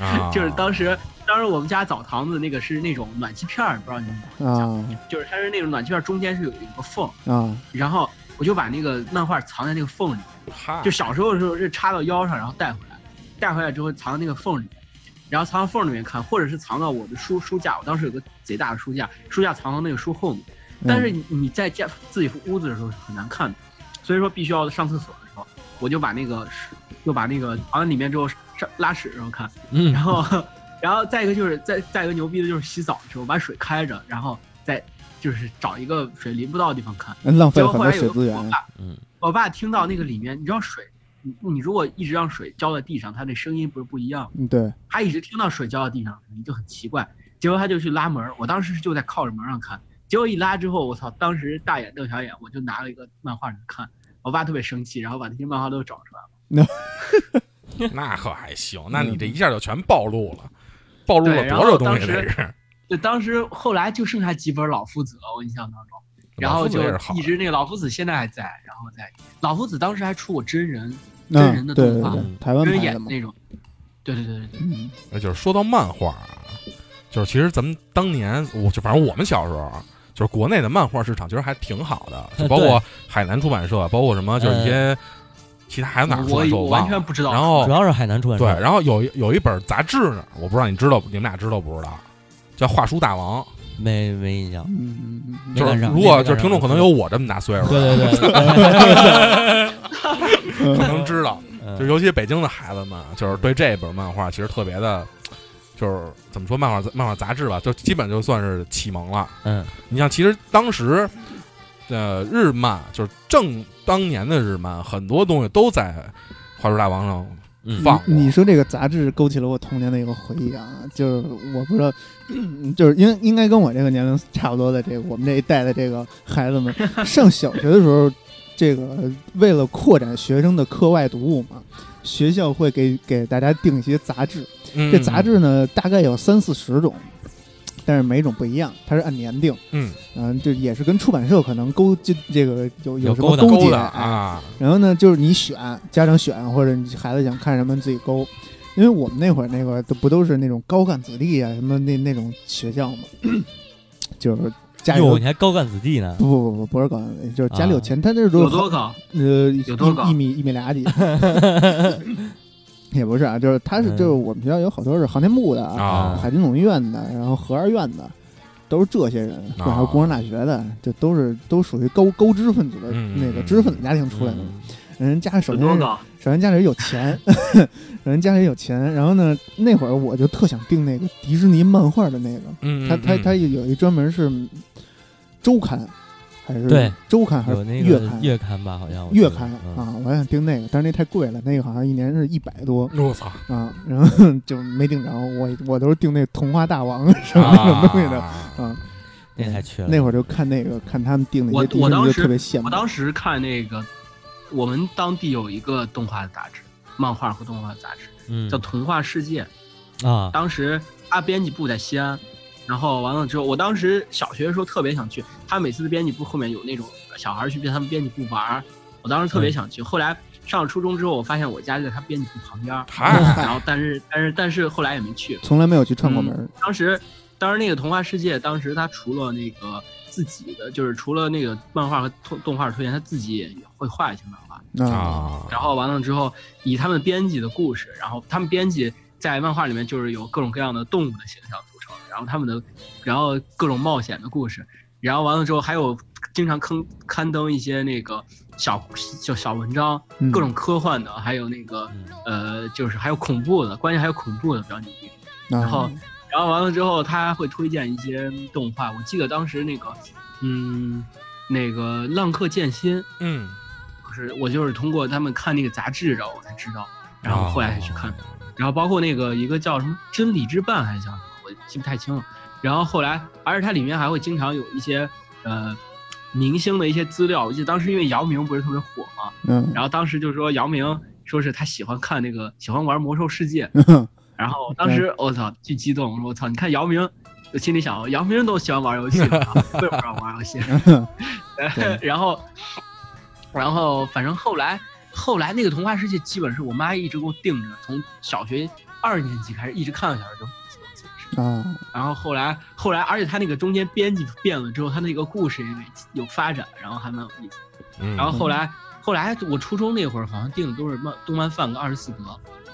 啊就是当时当时我们家澡堂子那个是那种暖气片儿，不知道你们有没有印象，嗯啊就是它是那种暖气片儿中间是有一个缝，啊，然后我就把那个漫画藏在那个缝里。嗨就小时候的时候是插到腰上，然后带回来，带回来之后藏到那个缝里面，然后藏到缝里面看，或者是藏到我的书书架，我当时有个贼大的书架，书架藏到那个书后面。但是你你在家自己屋子的时候是很难看的，所以说必须要上厕所的时候，我就把那个是就把那个藏在里面之后上拉屎的时候看，然嗯，后 [LAUGHS] 然后再一个就是再再一个牛逼的就是洗澡的时候把水开着，然后再就是找一个水淋不到的地方看。嗯浪费结了果很后多来有水个资我源。爸，嗯我爸听到那个里面，你知道水，你你如果一直让水浇在地上，它那声音不是不一样吗？嗯，对，他一直听到水浇到地上，你就很奇怪。结果他就去拉门儿，我当时就在靠着门上看，结果一拉之后，我操，当时大眼瞪小眼，我就拿了一个漫画来看。我爸特别生气，然后把那些漫画都找出来了。那可还行，那你这一下就全暴露了，暴露了嗯对然多后少东西当这时是。就当时后来就剩下几本老夫子了，我印象当中，然老后夫子就也是好的一直那个老夫子现在还在，然后在老夫子当时还出过真人真人嗯，的对动对画，对，台湾真人拍演的的嘛。那种。对对对对对。嗯那就是说到漫画啊，就是其实咱们当年，我就反正我们小时候啊，就是国内的漫画市场其实还挺好的，就包括海南出版社，包括什么哎就是一些其他还有哪儿出我版社我完忘全了。不知道。然后主要是海南出版对，社，然后有一有一本杂志呢，我不知道你知道，你们俩知道不知道？叫《画书大王没没印象，嗯嗯嗯》，就没是赶上如没果赶就是听众上可能有我这么大岁 [LAUGHS] 数，对对对对 [LAUGHS] 对，嗯可嗯 [LAUGHS] 能知道，嗯就尤其北京的孩子们，就是对这本漫画其实特别的就是怎么说漫画杂漫画杂志吧，就基本就算是启蒙了。嗯你像其实当时的日漫，就是正当年的日漫，很多东西都在《花书大王》上嗯放过。你说这个杂志勾起了我童年的一个回忆啊，就是我不知道，嗯就是因为应该跟我这个年龄差不多的这个我们这一代的这个孩子们，上小学的时候，这个为了扩展学生的课外读物嘛，学校会给 [LAUGHS] 给大家定一些杂志，嗯这杂，志呢大概有三四十种，但是每种不一样，它是按年定，嗯，嗯，这也是跟出版社可能勾这这个有有什勾么搭勾结的哎啊，然后呢，就是你选家长选，或者你孩子想看什么自己勾，因为我们那会儿那个都不都是那种高干子弟啊，什么那那种学校嘛， [CLEARS THROAT] 就是家里哟，有你还高干子弟呢？不不不不是高干子弟，就是家里有钱，他那时有候啊多高？呃有多高一一米一米 [LAUGHS] 俩几，也不是啊，就是他是嗯就是我们学校有好多是航天部的啊海军总医院的，然后核二院的。都是这些人，啊还有工商大学的，这都是都属于高高知识分子的嗯那个嗯知识分子家庭出来的。嗯人家首有先多是高？首先家里有钱， [LAUGHS] 首先家里有钱，然后呢，那会儿我就特想订那个迪士尼漫画的那个，嗯，他他嗯他有一专门是周刊，还是对周刊还有是那月个刊？月刊吧，好像我记得月刊嗯啊，我还想订那个，但是那太贵了，那个好像一年是一百多我操啊，然后就没订着。我我都是订那个《童话大王》什啊么那种东西的。的啊，那太缺了。那会儿就看那个，看他们订的一我些迪士我当尼，就时特别羡慕我。当时看那个，我们当地有一个动画杂志，漫画和动画杂志嗯叫《童话世界》。 [LAUGHS] 啊，当时他编辑部在西安，然后完了之后，我当时小学的时候特别想去，他每次的编辑部后面有那种小孩去他们编辑部玩儿，我当时特别想去。后来上了初中之后，我发现我家就在他编辑部旁边儿，嗨，然后但是但是但是后来也没去。从来没有去串过门儿，当时当时那个童话世界，当时他除了那个自己的，就是除了那个漫画和动动画推荐，他自己也会画一些漫画。啊，啊，然后完了之后，以他们编辑的故事，然后他们编辑在漫画里面就是有各种各样的动物的形象组成，然后他们的，然后各种冒险的故事，然后完了之后还有经常刊刊登一些那个小小小文章，嗯各种科幻的，还有那个嗯呃，就是还有恐怖的，关键还有恐怖的比较牛逼。然然后然后完了之后，他会推荐一些动画，我记得当时那个，嗯，那个浪客剑心。嗯，就是我就是通过他们看那个杂志，然后我才知道，然后后来才去看，然后包括那个一个叫什么《真理之伴》还是叫什么，我记不太清了。然后后来，而且它里面还会经常有一些呃明星的一些资料。我记得当时因为姚明不是特别火嘛，嗯，然后当时就说姚明说是他喜欢看那个喜欢玩《魔兽世界》，然后当时我操巨激动，我说我操，你看姚明，我心里想姚明都喜欢玩游戏了，为什么要玩游戏？ [LAUGHS] 对 [LAUGHS] 然后，然后反正后来后来那个童话世界基本是我妈一直给我定着，从小学二年级开始一直看到小学中基本是。啊，然后后来后来，而且他那个中间编辑变了之后，他那个故事也有发展，然后还蛮有意思。嗯然后后来后来我初中那会儿好像定的都是漫动漫范个二十四格，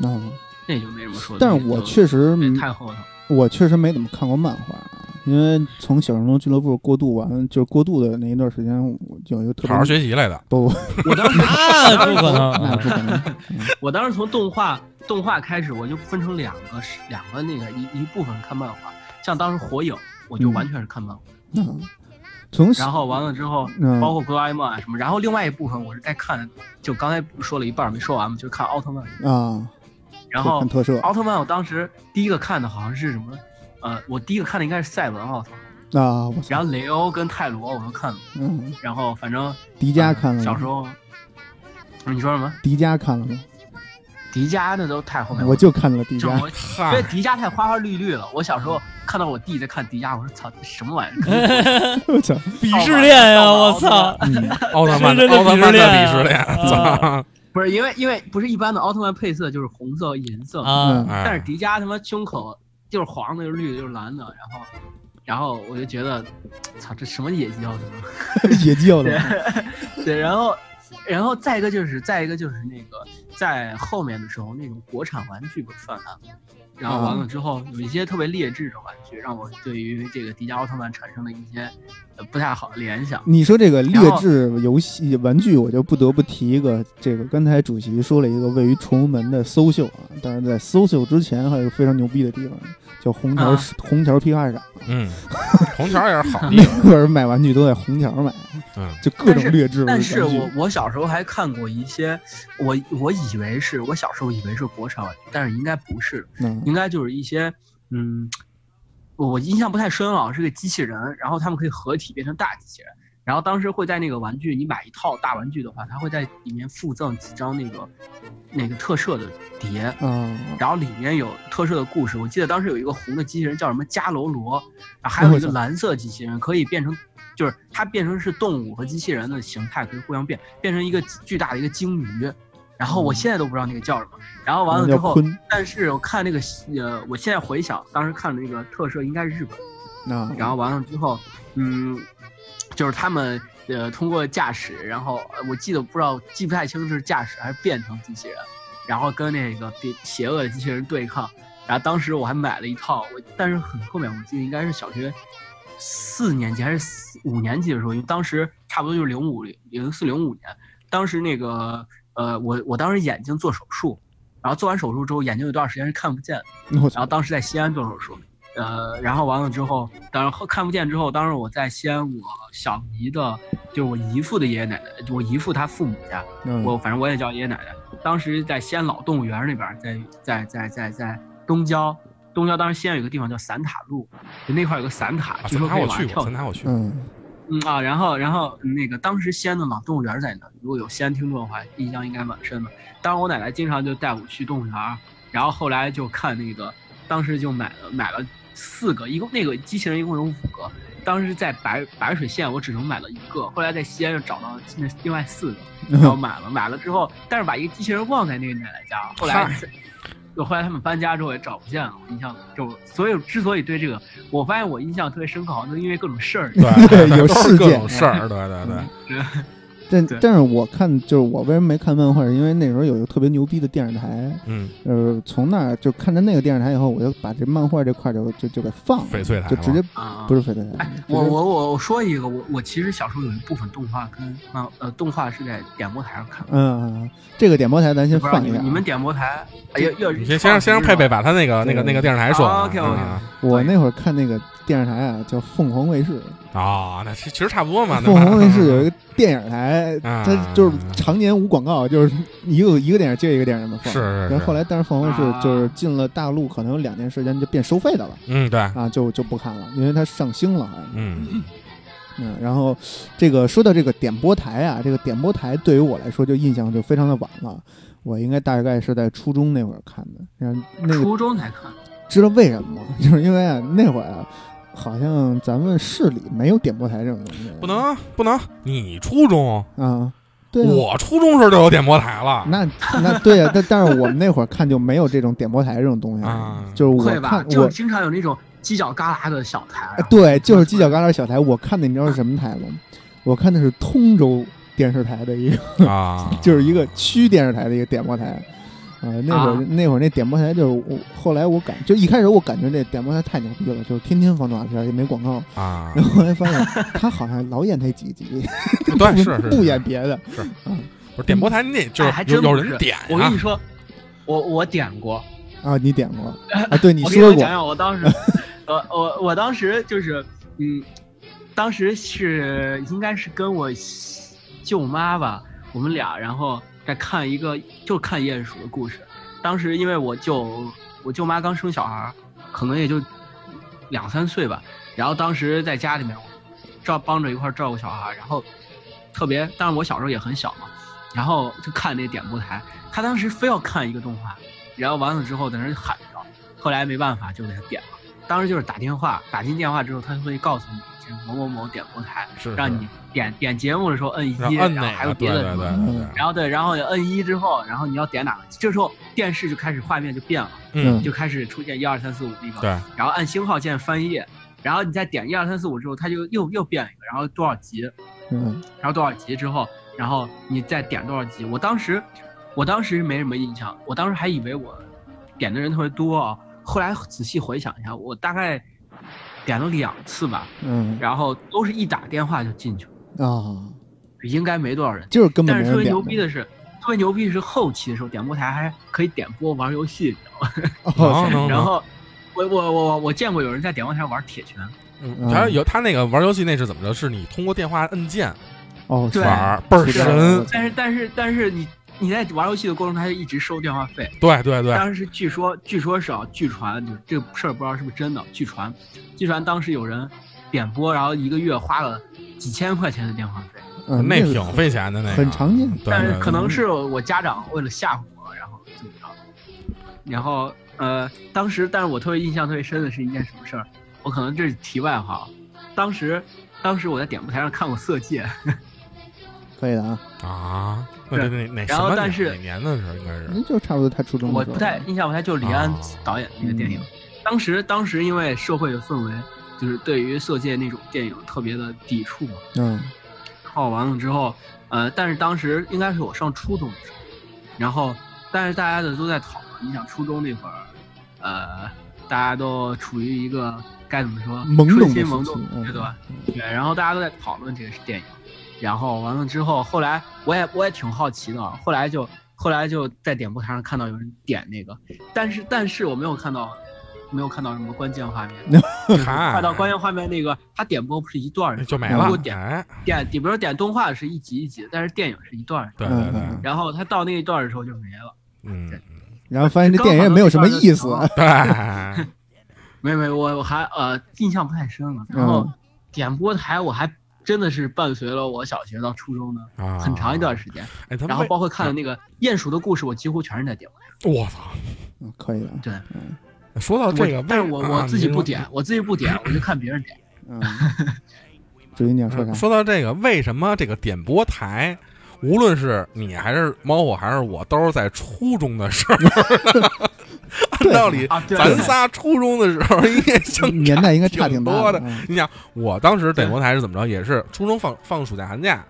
啊。那就没什么说的。但是我就确实对没太后头了。我确实没怎么看过漫画啊，因为从小神龙俱乐部过渡完，就是过渡的那一段时间，我有一个特别好好学习来的，不不，我当时那不可能那啊不可能。 [LAUGHS] 我当时从动画动画开始，我就分成两个是两个那个一一部分看漫画，像当时火影，我就完全是看漫画，嗯，从小然后完了之后，嗯包括哆啦 A 梦啊什么，然后另外一部分我是在看，就刚才不是说了一半儿没说完嘛，就是看奥特曼，啊，然后看特摄奥特曼我当时第一个看的好像是什么，呃，我第一个看的应该是赛文奥特曼，啊，我操，然后雷欧跟泰罗我都看了，嗯，然后反正迪迦看了小时吗？候。你说什么？迪迦看了吗？迪迦那都太后面了，我就看了迪就迦我啊因为嗨，迪迦太花花绿绿了。我小时候看到我弟在看迪迦，我说操，这什么玩 [LAUGHS] 意儿？我 [LAUGHS] 操，鄙视链呀！我操，嗯，奥特曼是的真的奥特曼的鄙鄙视视链链，啊操，不是因为因为不是一般的奥特曼配色就是红色、银色，啊，嗯但哎，是迪迦他妈胸口就是黄的，就是绿的，就是蓝的，然后。然后我就觉得，操，这什么野鸡奥特曼？野教的， [LAUGHS] 对，然后，然后再一个就是，再一个就是那个，在后面的时候，那种国产玩具不是泛滥吗？然后完了之后，有一些特别劣质的玩具，让我对于这个迪迦奥特曼产生了一些，呃不太好联想。你说这个劣然后质游戏玩具，我就不得不提一个，这个刚才主席说了一个位于崇文门的搜秀啊，但是在搜秀之前还有一个非常牛逼的地方，叫红桥、啊红桥批发市场，嗯，红桥也是好地那方，会儿买玩具都在红桥买，嗯，就各种劣质玩但具。是我我小时候还看过一些，我我以为是我小时候以为是国产玩具，但是应该不是，嗯应该就是一些嗯，我我印象不太深了，是个机器人，然后他们可以合体变成大机器人，然后当时会在那个玩具，你买一套大玩具的话，它会在里面附赠几张那个那个特摄的碟，啊，然后里面有特摄的故事。我记得当时有一个红的机器人叫什么伽罗罗，然后还有一个蓝色机器人可以变成，就是它变成是动物和机器人的形态可以互相变，变成一个巨大的一个鲸鱼。然后我现在都不知道那个叫什么。然后完那了之叫后，坤但是我看那个呃，我现在回想当时看的那个特摄应该是日本。啊，然后完了之后，嗯，就是他们呃通过驾驶，然后呃我记得不知道记不太清是驾驶还是变成机器人，然后跟那个比邪恶的机器人对抗。然后当时我还买了一套，我但是很后面我记得应该是小学四年级还是四五年级的时候，因为当时差不多就是零五零四零五年，当时那个呃我我当时眼睛做手术，然后做完手术之后眼睛有段时间是看不见的。我然后操，当时在西安做手术，呃，然后完了之后，当然后看不见之后，当时我在西安，我小姨的，就是我姨父的爷爷奶奶，就我姨父他父母家，嗯我反正我也叫爷爷奶奶。当时在西安老动物园那边，在在在在在东郊，东郊当时西安有个地方叫散塔路，就那块有个散塔，啊，三据说塔可以我往上去过，跳三。塔我去过，嗯，嗯啊，然后然后那个当时西安的老动物园在那儿，如果有西安听众的话，印象应该蛮深的。当时我奶奶经常就带我去动物园儿，然后后来就看那个，当时就买了买了四个，一共那个机器人一共有五个，当时在白白水县我只能买了一个，后来在西安又找到了那另外四个，然后买了买了之后，但是把一个机器人忘在那个奶奶家了，后来嗨是。就后来他们搬家之后也找不见了，我印象就所以之所以对这个，我发现我印象特别深刻，好像是因为各种事儿，对 [LAUGHS] 有都事是各件种事儿，对对对嗯，但对但是我看就是我为什么没看漫画，是因为那时候有一个特别牛逼的电视台，嗯，呃，从那儿就看着那个电视台以后，我就把这漫画这块儿就就就给放了，嗯翡翠台就直接啊，嗯不是翡翠台，直我接我我我说一个，我我其实小时候有一部分动画跟漫呃动画是在点播台上看的，嗯，这个点播台咱先不知道放你一下们啊。你们点播台，哎呀，要你先先让先让佩佩把他那个那个那个电视台说完啊，OK，OK 啊我那会儿看那个电视台啊，叫凤凰卫视。啊，那其其实差不多嘛，对凤吧凰卫视有一个电影台，啊它就是常年无广告，就是一个一个电影接一个电影嘛。嗯是放是然是，后后来，但是凤凰卫视啊就是进了大陆，可能有两年时间就变收费的了嗯对，啊，就就不看了，因为它上星了好像。嗯嗯，然后这个说到这个点播台啊，这个点播台对于我来说就印象就非常的晚了，我应该大概是在初中那会儿看的。然后那个初中才看，知道为什么吗？ [LAUGHS] 就是因为啊那会儿啊，好像咱们市里没有点播台这种东西，不能不能，你初中，啊。对啊，我初中时候就有点播台了那那对呀、啊，但但是我们那会儿看就没有这种点播台这种东西，啊，就是我会吧？看就我是经常有那种犄角旮旯的小台啊，对，就是犄角旮旯小台。我看的你知道是什么台吗？我看的是通州电视台的一个啊，就是一个区电视台的一个点播台。啊、那会儿、啊那会儿那点播台就是我后来我感就一开始我感觉这点播台太牛逼了，就是天天放动画片儿也没广告，啊，然后后来发现他好像老演那几集， [LAUGHS] 对是是不演别的，不是点播台，你得就哎还是真有有不是人点我啊跟你，说，我我点过，啊？你点过啊？对，你我给你说们过讲，讲我当时，我我我当时就是，嗯，当时是应该是跟我舅妈吧，我们俩然后在看一个就看鼹鼠的故事。当时因为我舅我舅妈刚生小孩儿，可能也就两三岁吧，然后当时在家里面照帮着一块儿照顾小孩儿，然后特别，当然我小时候也很小嘛，然后就看那点播台，他当时非要看一个动画，然后完了之后在那儿喊着。后来没办法就给他点了。当时就是打电话，打进电话之后，他会告诉你这是某某某点播台，是让你点点节目的时候摁一，是让摁然后哪还有个？对别对的什对么。对对，然后对，然后你摁一之后，然后你要点哪个？这时候电视就开始画面就变了，嗯就开始出现一二三四五那个，对，然后按星号键翻页，然后你再点一二三四五之后，它就又又变一个，然后多少集，嗯然后多少集之后，然后你再点多少集。我当时，我当时没什么印象，我当时还以为我点的人特别多啊。后来仔细回想一下，我大概点了两次吧，嗯然后都是一打电话就进去了，啊，应该没多少人。就是根本但没是特人别点牛逼的是，特别牛逼的是后期的时候，点播台还可以点播玩游戏，哦，嗯能能然能，后我我我我见过有人在点播台玩铁拳，嗯嗯他有他那个玩游戏那是怎么着？是你通过电话按键哦，对玩儿，倍儿是的神。但是但是但是你你在玩游戏的过程中，他就一直收电话费。对对对，当时据说据说是啊，据传就是这个事儿不知道是不是真的，据传，据传当时有人点播，然后一个月花了几千块钱的电话费，嗯，那个挺费钱的那个，很常见对但是对可能是我家长为了吓唬我，然后怎么着，然后呃，当时但是我特别印象特别深的是一件什么事儿，我可能这是题外话，啊，当时当时我在点播台上看过《色戒》，可以的啊，啊，那对那那那然什后么但年是哪年的时候应该是那就差不多他初中的我时候不太印象不太，就是李安哦导演的那个电影。嗯当时当时因为社会的氛围，就是对于色戒那种电影特别的抵触嘛。嗯然后完了之后，呃，但是当时应该是我上初中的时候，然后但是大家的都在讨论，你想初中那会儿，呃，大家都处于一个该怎么说朦胧的春心时萌期动，嗯对吧？对，然呃后大家都在讨论这个电影，然后完了之后，后来我也我也挺好奇的，后来就后来就在点播台上看到有人点那个，但是但是我没有看到。没有看到什么关键画面，嗨嗯快到关键嗯画面那个，他点播不是一 [LAUGHS] 段儿一段儿就没如了果，点哎，点，比如说点动画是一集一集，但是电影是一段儿，对嗯对对，嗯然后他到那一段儿的时候就没了。嗯，然后发现这电影也没有什么意思， [LAUGHS] 对， [LAUGHS] 啊没有没有，我我还呃印象不太深了。然后嗯点播台我还真的是伴随了我小学到初中的啊，很长一段。时间，哎，他然们后为包括看的那个《鼹鼠的故事》，我几乎全是在点播台。我操，嗯可以的，对嗯说到这我个，但是为我啊我自己你不说点，我自己不点，我就看别人点。嗯，主音你要说啥嗯？说到这个，为什么这个点播台，无论是你还是猫火还是我，都是在初中的时候 [LAUGHS] 呢？按道理，啊对咱对仨初中的时候应该相 [LAUGHS] 年代应该差挺大啊多的。你想，我当时点播台是怎么着？也是初中放放暑假寒假，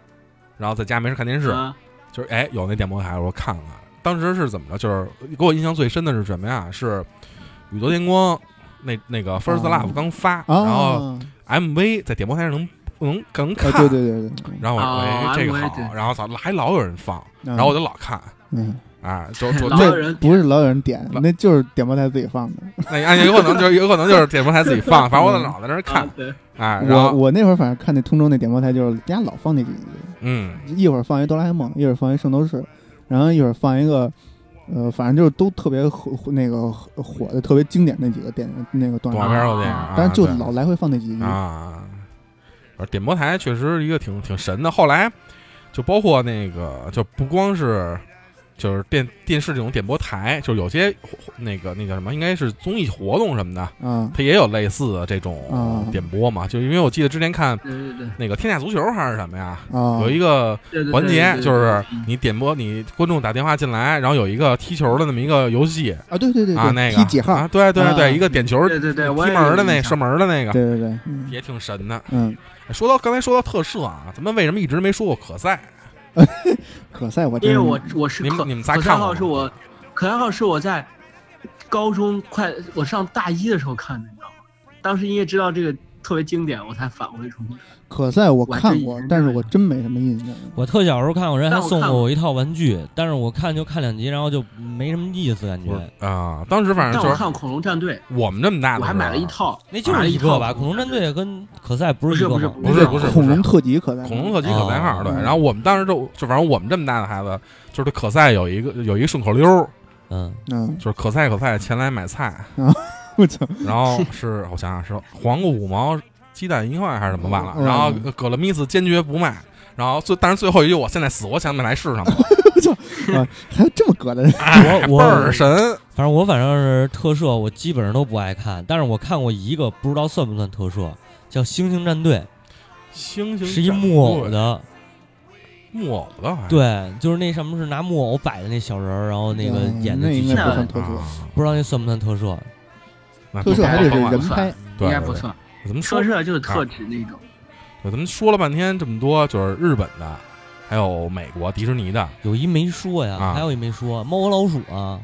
然后在家没事看电视，嗯就是哎有那点播台，我说看看。当时是怎么着？就是给我印象最深的是什么呀？是宇多田光那那个 First 哦 Love 刚发，嗯然后啊， MV 在点播台上能能能看，啊对对对对，然后我说哦哎这个 MV 好，对然后操还老有人放，然然后我就老看，嗯，啊， [LAUGHS] 就就老就有人不是老有人点，老那就是点播台自己放的。那啊有可能就是有可能就是点播台自己放，反正我老在那儿看啊，，对，啊，然我后我那会儿反正看那通州那点播台，就是人家老放那几嗯个，一会儿放一哆啦 A 梦，一会儿放一圣斗士，然后一会儿放一个，呃，反正就是都特别火那个火的特别经典那几个电影那个动动画画片，片儿我电影，但是就啊对老来回放那几集。啊，而点播台确实一个挺挺神的。后来就包括那个，就不光是就是电电视这种点播台，就有些那个那叫什么，应该是综艺活动什么的，啊它也有类似的这啊种点播嘛。就因为我记得之前看对对对那个《天下足球》还是什么呀，啊，有一个对对。环节对就是嗯你点播，你观众打电话进来，然后有一个踢球的那么一个游戏啊，对对对啊，对，那个踢几号？啊？对对啊对，一个点球对对对，踢我也门儿的有那印象射门儿的那个。对对对，嗯也挺神的。嗯，说到刚才说到特摄啊，咱们为什么一直没说过可赛？可赛我因真为是我我是嗯你们可你们仨可看三过号吗是我，可三号是我在高中快我上大一的时候看的，你知道吗？当时因为知道这个特别经典，我才返回重新看。可赛我我还看真以过前，但是看我过真没什么印象。我特小时候看过人还但我送看过过我一套玩具，但是我看就看两集，然后就没什么意思，感觉不是啊，当时反正但就我是看《恐龙战队》，我们这么大啊的，我还买了一。套，那就买是了一一个套吧。恐龙战队跟可赛不不是是一个不是吗？不是不是恐龙特辑可赛，恐龙特级可赛号，对，嗯哦然后我们当时就就反正我们这么大的孩子，就是对可赛有一个有一个顺口溜儿，嗯，嗯，就是可赛可赛前来买菜，我操， [LAUGHS] 然后是我想想是黄瓜五毛鸡蛋一块还是怎么忘了，嗯然后葛勒米斯坚决不卖，然后最但是最后一句我现在死活想不起来是什 [LAUGHS] 么了，还有这么格的哎我倍儿神，反正我反正是特摄，我基本上都不爱看，但是我看过一个，不知道算不算特摄，叫《星星战队星》，星是一战木偶队的，木偶的好像对，就是那上面是拿木偶摆的那小人儿，然后那个嗯演的那机应器该人儿不算，特啊摄，不知道那算不算特摄？那特不摄还得是甭管人了拍，对应该对不对算。怎么说说啊是就是特指那种，对，咱们说了半天这么多，就是日本的，还有美国迪士尼的有一没说呀，啊还有一没说，猫和老鼠啊，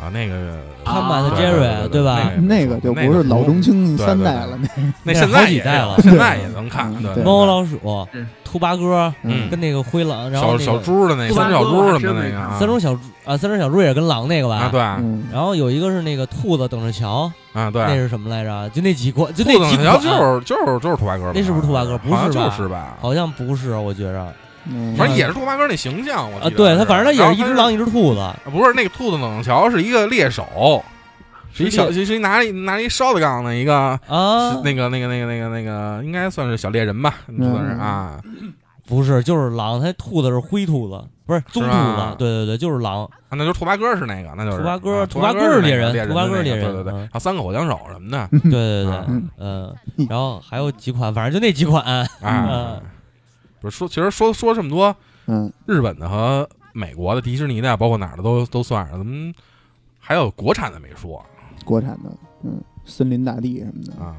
啊，那个他买的对 Jerry 对吧？ [LAUGHS] 那个就不是老中青三代了，那那现好在几也代有了 [LAUGHS] 现在也能看嗯，对对猫老鼠对、兔八哥嗯跟那个灰狼，然后小那小个猪的那兔三八只小哥猪什我还么真那没个看啊三种小猪啊，三种小猪也跟狼那个啊，吧对。啊，嗯，然后有一个是那个兔子等着瞧，那对，是什么来着？就那几款，就兔那子几好像款，就是就是就是兔八哥吧，那是不是兔八哥不好像是就吧是吧？好像不是，我觉着嗯反正也是兔八哥那形象，我啊，记得对是他，反正他然也后是一只是狼，一只兔子，啊不是那个兔子冷桥是一个猎手，是一是小是是一拿一拿一烧的杠的一个。啊是，那个、那个、那个、那个、那个，应该算是小猎人吧，嗯就算是啊，不是，就是狼，它兔子是灰兔子，不是棕兔吧子，对对对，就是狼，啊那就是兔八哥是那个，那就是兔八哥啊兔兔八八是哥是那猎个人猎兔八是哥是那猎个人对对对，嗯还有三个火枪手什么的对对对啊，嗯，然后还有几款，反正就那几款，啊。不是说，其实说说这么多，嗯，日本的和美国的、迪士尼的，包括哪儿的都都算上，咱们还有国产的没说国产的，嗯，森林大地什么的，啊。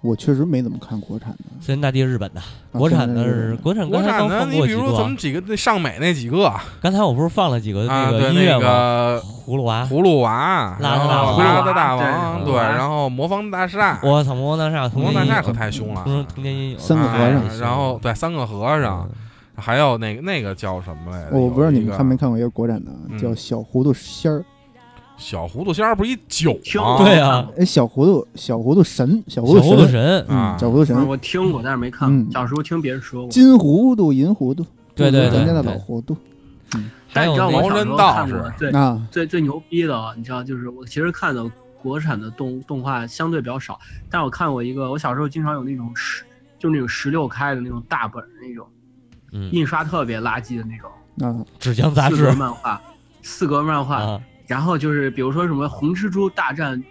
我确实没怎么看国产的，森林大地是日本的，啊国产森的林大地是国产，国嗯刚才产刚的，放你过比几如咱们个，几个那上美那几个啊，刚才我不是放了几个那对个音那乐啊吗？个葫芦娃，葫芦娃，邋遢然后大王邋遢大王，对，对葫芦娃然后魔方大厦，我嗯操，魔方大厦，魔童方大年阴厦影，可太凶了，啊童童年阴影，三个和尚哎然后对三个和嗯尚，还有那个那个叫什么来着？我不知道你们看有没一个看过一个国产的，嗯叫小糊涂仙儿，小糊涂仙儿不是一酒听吗？过对啊，哎，小糊涂小糊涂神，小小糊葫涂芦神，神，啊嗯，小糊涂神，我听过，但是没看嗯过。小时候听别人说过。金糊涂银糊涂，对对咱对家的对老糊涂还但有你知道那我个毛嗯人小时候道看过士最啊，最最牛逼的，你知道，就是我其实看的国产的动动画相对比较少，但我看过一个，我小时候经常有那种十，就那种十六开的那种大本儿那种，嗯，印刷特别垃圾的那种啊，纸浆 [LAUGHS] 杂四格志漫画，四格漫画，啊，然后就是比如说什么红蜘蛛大战，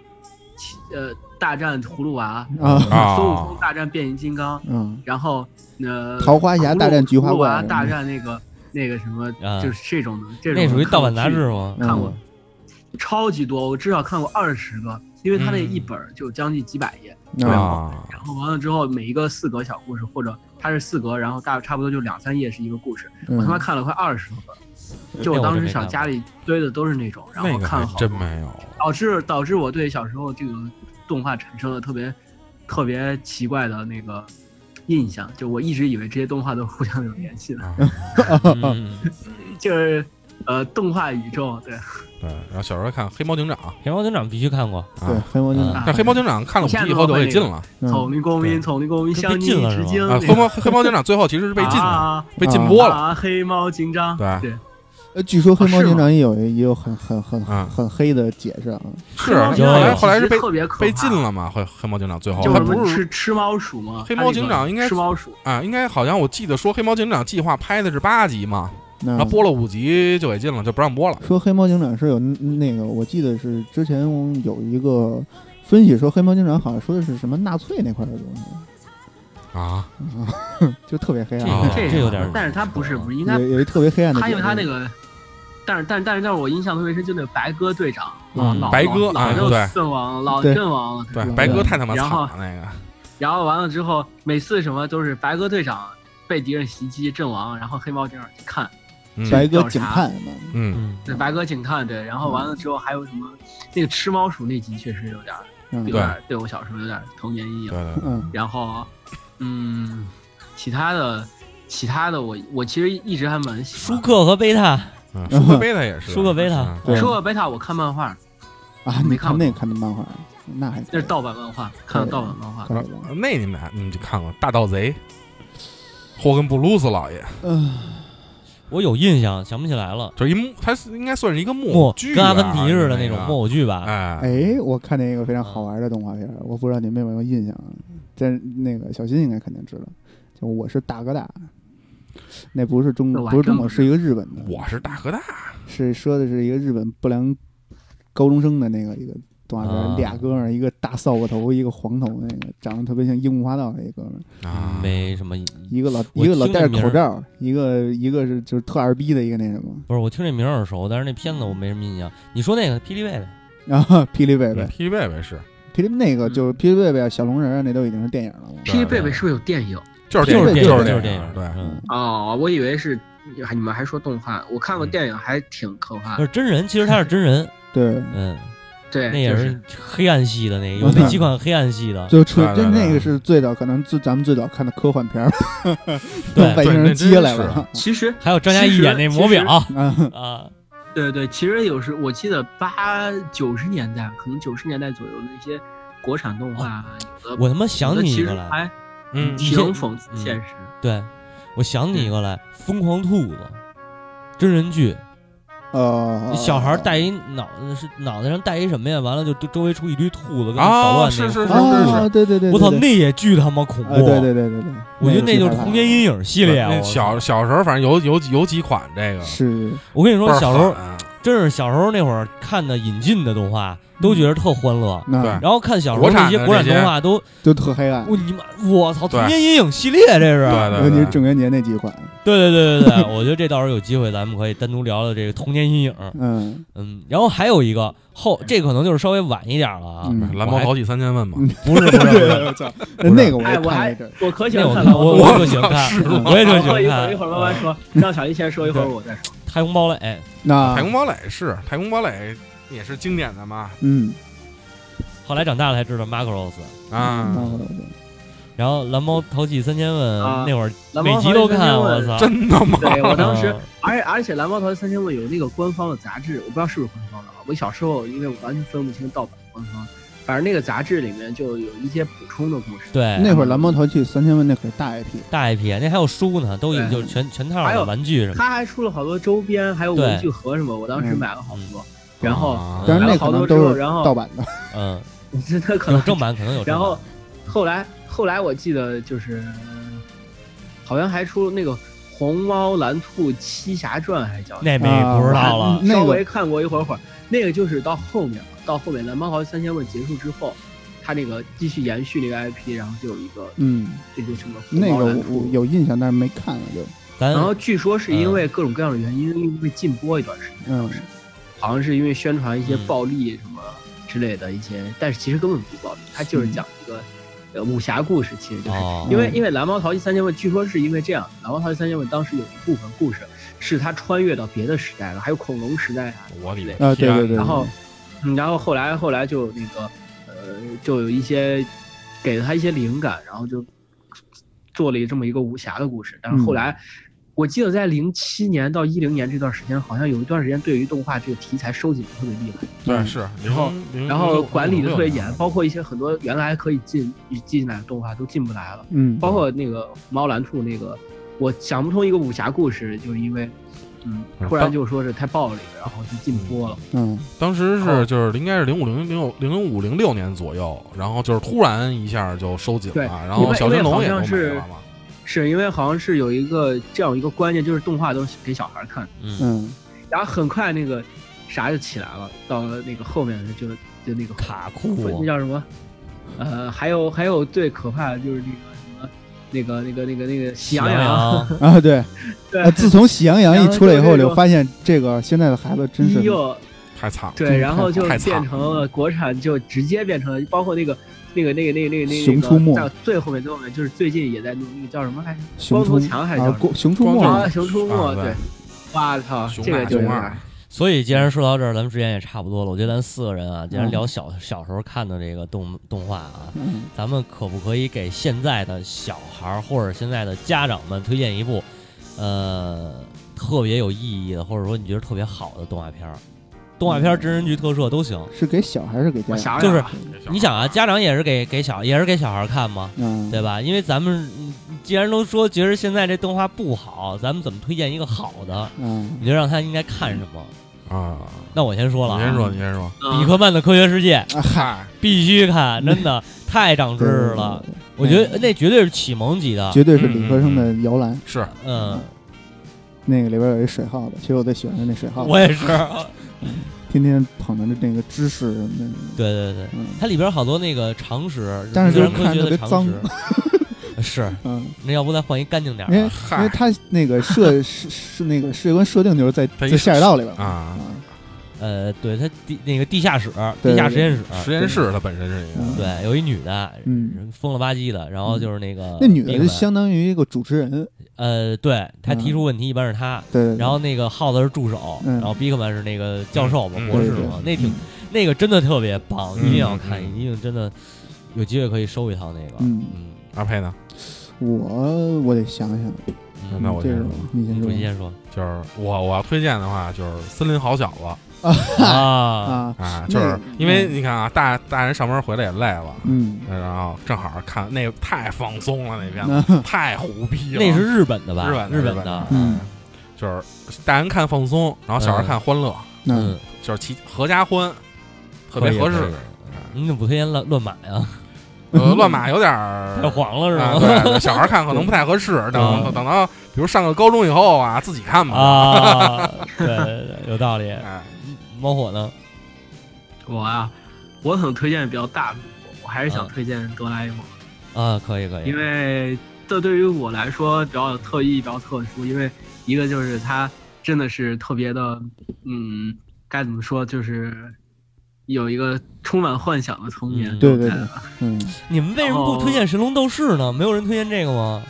呃，大战葫芦娃，啊啊孙悟空大战变形金刚，嗯，然后呃，桃花侠葫芦大战菊花葫芦怪娃大战那个那个什么，啊就是这种的，这种那的属于看盗过版杂巨志吗？嗯看过超级多，我至少看过二十个，因为他那嗯一本儿就将近几百页，啊，然后完了之后每一个四格小故事，或者它是四格，然后大差不多就两三页是一个故事，我他妈嗯，看了快二十本，就那我我当真时没想看家过里堆的都是那种，然那后个还看了好真多没 [LAUGHS] 有。导致导致我对小时候这个动画产生了特别特别奇怪的那个印象，就我一直以为这些动画都互相有联系的，啊，嗯嗯嗯就是呃动画宇宙对。对，然后小时候看《黑猫警啊长》，田猫警长必须看过，对，黑猫警啊长，但《黑猫警长》看了五集以后就给禁了。嗯 [LAUGHS] 丛林公民，丛林公民这被相禁依了是至吧啊，今。黑猫黑猫警长最后其实是被禁的，啊被禁播了。啊！黑猫警长，对对，呃据说黑啊猫是警吗长也有也有很很很啊很黑的解释啊，是，黑猫警后长来有后来是被特别可怕被禁，了嘛？黑黑猫警长最后就他是什么不是吃吃猫鼠嘛。黑猫警长应该吃猫鼠，啊，应该好像我记得说黑猫警长计划拍的是八集嘛，那然后播了五集就给禁了，就不让播了。说黑猫警长是有那个，我记得是之前有一个分析说黑猫警长好像说的是什么纳粹那块儿的东西，啊，就特别黑暗，哦啊这个这有点儿嗯但是他不是不是应该有，有一特别黑暗的他解释。因为他那个。但是，但但是，但是我印象特别深，就那个白鸽队长啊，嗯老白鸽老啊老对阵亡，老对阵亡了。对，嗯白鸽太他妈然惨后了那个。然后完了之后，每次什么都是白鸽队长被敌人袭击阵亡，然后黑猫警长去看，嗯白鸽警探嘛，嗯，嗯，对白鸽警探对，然后完了之后还有什么那个吃猫鼠那集确实有点儿嗯有点儿对我小时候有点儿童年阴对影。对对，嗯然后，嗯，其他的，其他的我我其实一直还蛮喜舒欢。克和贝塔，嗯，舒克贝塔也是，舒克贝塔嗯对说到贝塔，我看漫画，啊，没你看过看那看的漫画，那还那是盗版漫画，看的盗版漫画。可以啊那你们俩你们就看过《大盗贼》，霍根布鲁斯老爷，嗯，我有印象，想不起来了，就是一幕，他是应该算是一个木偶木剧啊，跟阿凡提似的那那种木偶剧吧，哎哎，我看见一个非常好玩的动画片儿，我不知道你们有没有印象，啊？但那个小新应该肯定知道，就我是大哥大，那不是中那我还不是中真国，不是一个日本的，我是大哥大，是说的是一个日本不良高中生的那个一个动画片啊儿，俩哥们儿，一个大扫把头，一个黄头，那个长得特别像樱木花道那一哥们儿，啊，嗯没什么印，一个老我一个老听这戴着名儿口罩，一个一个是就是特二逼的一个那什么不是我听这名儿耳熟，但是那片子我没什么印象。你说那个霹雳贝贝， [LAUGHS] 啊，霹雳贝贝嗯霹，雳贝贝是，霹雳那个嗯就是霹雳贝贝啊小龙人啊，那都已经是电影了嘛。对霹雳贝贝是不是有电影？就是就电电影就影，是就是电电影，对，嗯，哦，我嗯以为是，还你们还说动画，我看过电影，还挺可怕不的。是真人，其实他是真人，对，嗯，对，那也就是黑暗系的 [LAUGHS] 那个，有那几款黑暗系的，就出对对就对那个是最早可能最咱们最早看的科幻 [LAUGHS] 片儿，对外对星那人真接来是了， [LAUGHS] 其实还有张嘉译演那魔表嗯，啊，对对，其实有时我记得八九十年代，可能九十年代左右的一些国产动画，啊有的哦我他妈有想的起一其个实来，还嗯，你挺先讽刺现实。对，我想起一个来，《疯狂兔子》真人剧，呃，小孩戴一脑是脑袋上戴一什么呀？完了就周周围出一堆兔子跟他捣啊，乱是那是个。是是是啊，，对对对，我操，对那也巨他妈恐怖！啊，对对对对对，我觉得那就是害怕童年阴影系列。啊那我小小时候反正有有有几款这个，是我跟你说倍，儿小时候狠真是小时候那会儿看的引进的动画，都觉得特欢乐。那然后看小时候那些嗯国国产产的动画都，就特黑暗，我你妈，我操，对童年阴影系列这是。对对啊尤其对是郑渊洁那几款，对对对对 [LAUGHS] 对，我觉得这到时候有机会咱们可以单独聊聊这个童年阴影。嗯嗯，然后还有一个后，这可能就是稍微晚一点了啊。嗯，蓝猫淘气三千问嗯嘛，不是不是不是，哎那 [LAUGHS] 个我哎也我看还了一阵儿，我可喜那我欢看看了，我我我就喜欢靠是看，吗我也特喜我欢 [LAUGHS] 一会儿看。嗯一会儿慢慢说，让小姨先说，一会儿我再说。太空堡垒，那太空堡垒是太空堡垒也是经典的嘛嗯后来长大了才知道 Macross，啊，嗯然后蓝猫淘气三千问啊那会儿蓝每猫集淘都气三看，千我问操！真的吗？对我当时啊，而而且《蓝猫淘气三千问》有那个官方的杂志，我不知道是不是官方的啊。我小时候因为我完全分不清盗版官方，反正那个杂志里面就有一些补充的故事。对那会儿蓝猫淘气三千问那可是大 IP，大 IP，那还有书呢，都有对就是全全套还的有玩具什么。他还出了好多周边，还有对嗯哦文具盒什么，我当时买了好多。然 [LAUGHS] 后啊但是那可能都是然后盗版 [LAUGHS] 的，嗯，真的可有能正版可能有正版。然后后来后来我记得就是，好像还出那个《红猫蓝兔七侠传》，还叫那没啊不知道了。那稍个微看过一会儿会儿，那个就是到后面了，到后面《蓝猫淘气三千问》结束之后，他那个继续延续那个 IP，然后就有一个嗯，这就什么红那猫个蓝我我兔。有印象，但是没看了就，咱然后据说是因为各种各样的原因，因为禁播一段时间，嗯好像是因为宣传一些嗯暴力什么之类的一些，但是其实根本不暴力，它就是讲一个呃武侠故事，其实就是哦，因为嗯因为《蓝猫淘气三千问》，据说是因为这样，《蓝猫淘气三千问》当时有一部分故事是他穿越到别的时代了，还有恐龙时代啊。我的天啊对对对，然后，嗯，然后后来后来就那个，呃，就有一些给了他一些灵感，然后就做了这么一个武侠的故事。但是后来，我记得在零七年到一零年这段时间，好像有一段时间对于动画这个题材收紧的特别厉害。对是，啊然后嗯然后管理的特别严，包括一些很多原来可以进进来的动画都进不来了。嗯哦包括那个猫蓝兔那个，我想不通一个武侠故事，就是因为，嗯，嗯突当然就说是太暴力，然后就禁播了。嗯当时哦是就是应该是零五零零零五零六年左右，然后就是突然一下就收紧了，对然因后为小神龙也因都为好像没是了嘛。是因为好像是有一个这样一个观念，就是动画都是给小孩看的，嗯，嗯然后很快那个啥就起来了，到了那个后面就就那个卡不酷那，叫什么？呃，还有还有最可怕的就是那个什么，那个那个那个那个喜羊羊羊，啊对， [LAUGHS] 对啊，自从《喜羊羊》一出来以后，然后就那就种发现这个现在的孩子真是一又太惨了，对，然后就太惨变成了国产，就直接变成了，包括那个那个那个那个那个那个熊出没在最后面最后面就是最近也在弄那个叫什么来着？熊出光头强还是啊叫什么，光熊出光头没啊，熊出没，啊对对，哇操，熊这个二就熊有啊点二儿，所以既然说到这儿，咱们时间也差不多了。我觉得咱四个人啊，既嗯然聊小小时候看的这个动动画啊，嗯咱们可不可以给现在的小孩儿或者现在的家长们推荐一部，呃，特别有意义的，或者说你觉得特别好的动画片儿？动画片儿、真人剧、特摄都行。是给小孩是给我家嗯长？想想就是啊你想啊，家长也是给给小也是给小孩儿看吗？嗯，对吧？因为咱们嗯既然都说觉得现在这动画不好，咱们怎么推荐一个好的？嗯你就让他应该看什么？啊！那我先说了、你啊，先说，你先说，嗯比克曼的《科学世界》啊嗨，嗨，必须看，真嗯的太长知识了。我觉得那绝对是启蒙级的。绝对是理科生的摇篮。是嗯，那个里边有一水耗子，其实我最喜欢的那水耗子，我也是。嗯天天捧着那个知识什么的。 [LAUGHS] 对对对，嗯它里边好多那个常识，但是自就是然科学的看着特别常识。 [LAUGHS] 是，嗯，那要不再换一干净点儿因的？为因为嗨他那个设是是那个世界观设定就是在一在下水道里边嘛啊，啊呃，对他地那个地下室，地对对下实验室，实验室它本身是一个，嗯对，有一女的，嗯，人疯了吧唧的，然后就是那个那女的那就个相当于一个主持人，呃，对他嗯提出问题一般是他，对对，对然后那个耗子是助手，嗯然后比克曼是那个教授嘛，嗯博士嘛，那挺那个真的特别棒，嗯一定要看，嗯一定真的有机会可以收一套那个，嗯嗯，二配呢？我我得想想，嗯那我这先个说，你先主席说先说就是我我要推荐的话，就是《森林好小子》啊，啊，啊，那就是因为嗯你看啊，大大人上班回来也累了，呃嗯，然后正好看那个太放松了，那片子那太胡逼了，那是日本的吧？啊日本日日本的的，，嗯就是大人看放松，然后小孩看欢乐，那嗯，就是齐合家欢，特别可以合。可适以。嗯你怎么不推荐乱乱买啊？呃，乱码有点儿太黄了啊，是吗？对，对小孩看可能不太合适。等嗯等到，比如上个高中以后啊，自己看吧。 [LAUGHS] 啊，对对，对有道理。哎，猫火呢？我啊，我可能推荐比较大众，我还是想推荐哆啦 A 梦，啊，可以可以，因为这对于我来说比较有特异，比较特殊，因为一个就是它真的是特别的，嗯，该怎么说，就是有一个充满幻想的童年啊嗯留对对在对了嗯，你们为什么不推荐《神龙斗士》呢？没有人推荐这个吗？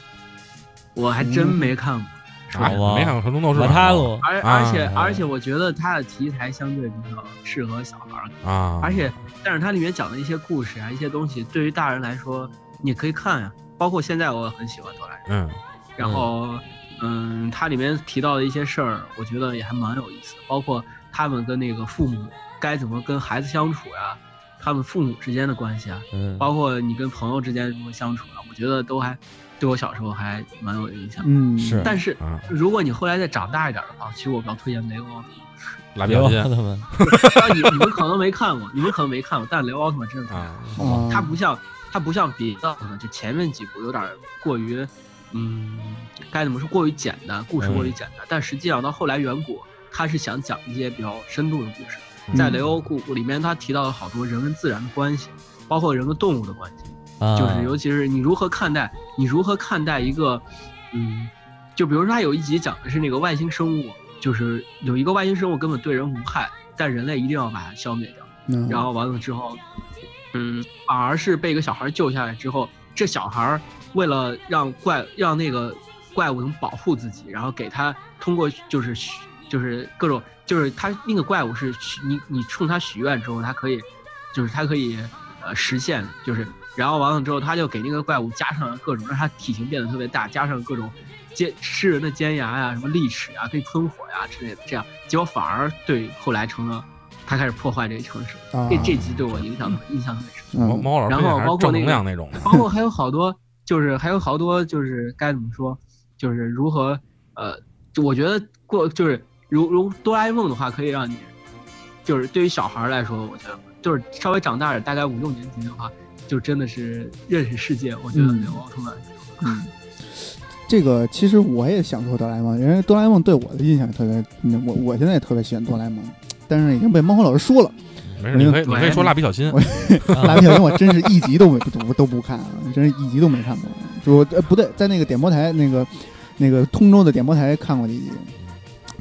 我还真没看过。哎好吧没看过《神龙斗士》我啊他过，而而且、啊而且，我觉得它的题材相对比较适合小孩儿，啊，而且但是它里面讲的一些故事啊，一些东西，对于大人来说你可以看呀、包括现在我也很喜欢哆啦 A 嗯梦，然后嗯，它里面提到的一些事儿，我觉得也还蛮有意思的，包括他们跟那个父母该怎么跟孩子相处呀、他们父母之间的关系啊，嗯，包括你跟朋友之间如何相处啊，我觉得都还对我小时候还蛮有影响。嗯，是但是啊，如果你后来再长大一点的话，其实我比较推荐雷欧奥特曼。蜡笔别小忘新了他们啊你你们可能没看过，你们可能没看过，但雷欧奥特曼真的，啊，啊，它不像它不像别的，就前面几部有点过于，嗯，该怎么说过于简单，故事过于简单。但实际上到后来远古，他是想讲一些比较深度的故事。在雷欧故里面，他提到了好多人跟自然的关系，包括人跟动物的关系，啊，就是尤其是你如何看待，你如何看待一个，嗯，就比如说他有一集讲的是那个外星生物，就是有一个外星生物根本对人无害，但人类一定要把它消灭掉。嗯然后完了之后，嗯，反而是被一个小孩救下来之后，这小孩为了让怪让那个怪物能保护自己，然后给他通过就是许就是各种就是他那个怪物是许你你冲他许愿之后，他可以就是他可以呃实现就是。然后完了之后，他就给那个怪物加上了各种，让它体型变得特别大，加上各种尖吃人的尖牙呀、什么利齿啊、可以喷火呀之类的，这样结果反而对后来成了他开始破坏这个城市。啊这这集对我影响印象特别深，猫嗯猫老师然后还包是正括那能个量那种的，包括还有好多就是还有好多就是该怎么说，就是如何呃，我觉得过就是如如哆啦 A 梦的话，可以让你就是对于小孩儿来说，我觉得就是稍微长大点，大概五六年级的话，就真的是认识世界。我觉得嗯有奥特曼，嗯，这个其实我也想说哆啦 A 梦，因为哆啦 A 梦对我的印象特别，嗯我我现在也特别喜欢哆啦 A 梦，但是已经被猫火老师说了，没事，你可以你可以说蜡笔小新我蜡笔小新我 [LAUGHS] 真是一集都没都都不看啊，真是一集都没看过。就我呃不对，在那个点播台那个那个通州的点播台看过几集，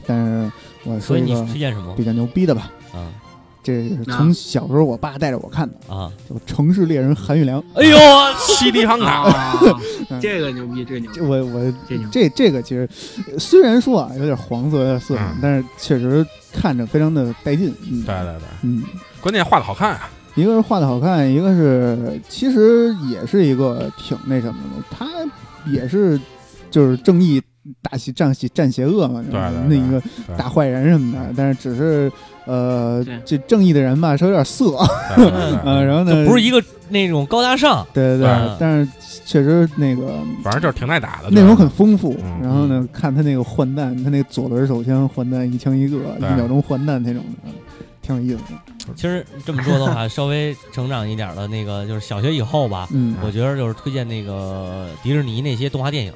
但是我说所以一你个推荐什么比较牛逼的吧，啊这是从小时候我爸带着我看的，啊？就《城市猎人》韩玉良。哎呦，西迪康卡，啊，哦嗯 [LAUGHS] 这个牛逼，这个牛逼这，我我这牛逼。这这个其实呃虽然说啊有点黄色有点涩嗯，但是确实看着非常的带劲。嗯，对对对，嗯，关键画的好看啊，一个是画的好看，一个是其实也是一个挺那什么的，他也是就是正义打邪战邪战邪恶嘛，对对那对一个对打坏人什么的，但是只是呃对这正义的人吧，稍微有 [LAUGHS] 点色，对对对 [LAUGHS] 嗯，然后呢这不是一个那种高大上，对对对但是确实那个反正就是挺耐打的，内容很丰富啊嗯，然后呢，看他那个换弹，他那个左轮手枪换弹一枪一个，对一秒钟换弹那种的，挺有意思的。其实这么说的话， [LAUGHS] 稍微成长一点的那个，就是小学以后吧，嗯我觉得就是推荐那个迪士尼那些动画 [LAUGHS] 电影，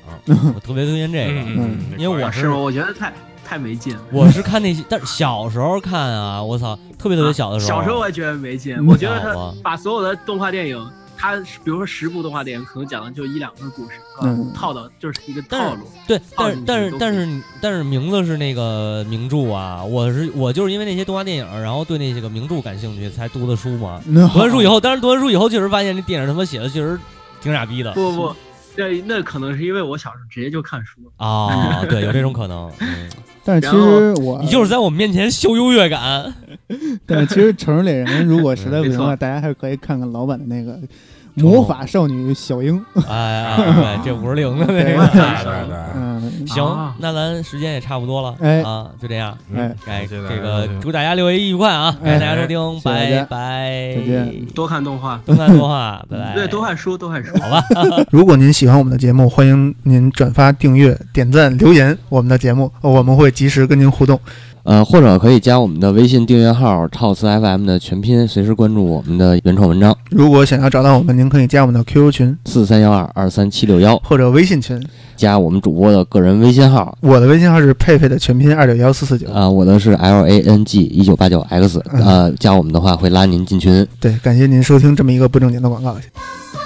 我特别推荐这个。嗯，因为我是吗？我觉得太太没劲了。我是看那些，但是小时候看啊，我操，特别特别小的时候，小时候我也觉得没劲，嗯我觉得好吧他把所有的动画电影它比如说十部动画电影，可能讲的就一两个故事，啊嗯套到就是一个但是套路。对，但是进去但是都但可以是但是名字是那个名著啊，我是我就是因为那些动画电影，然后对那些个名著感兴趣，才读的书嘛。读完书以后，当然读完书以后，确实发现这电影他妈写的确实挺傻逼的不不不，对，那可能是因为我小时候直接就看书了。啊、对，有这种可 [LAUGHS] 能。嗯但是其然实我你就是在我们面前秀优越感， [LAUGHS] 但其实《城市猎人》如果实在不行的话，没大家还是可以看看老版的那个《魔法少女小樱》。哎哎， [LAUGHS] 对，这五十零的那对个。对对对，嗯， [LAUGHS] 行啊，那咱时间也差不多了，哎啊，就这样，哎哎，谢这谢大家个收听祝大家六一愉快啊！感谢大家收听，哎拜谢谢大家拜，再见，多看动画，多看动画，拜拜，对，多看书，多看书。好吧。如果您喜欢我们的节目，欢迎您转发、订阅、点赞、留言我们的节目，哦我们会及时跟您互动。呃，或者可以加我们的微信订阅号“套词 FM” 的全拼，随时关注我们的原创文章如果想要找到我们，您可以加我们的 QQ 群四三幺二二三七六幺，或者微信群，加我们主播的个人微信号我的微信号是佩佩的全拼二九幺四四九。啊、我的是 L A N G 一九八九 X，啊嗯呃，加我们的话会拉您进群。对，感谢您收听这么一个不正经的广「告。君の声が聞こえる」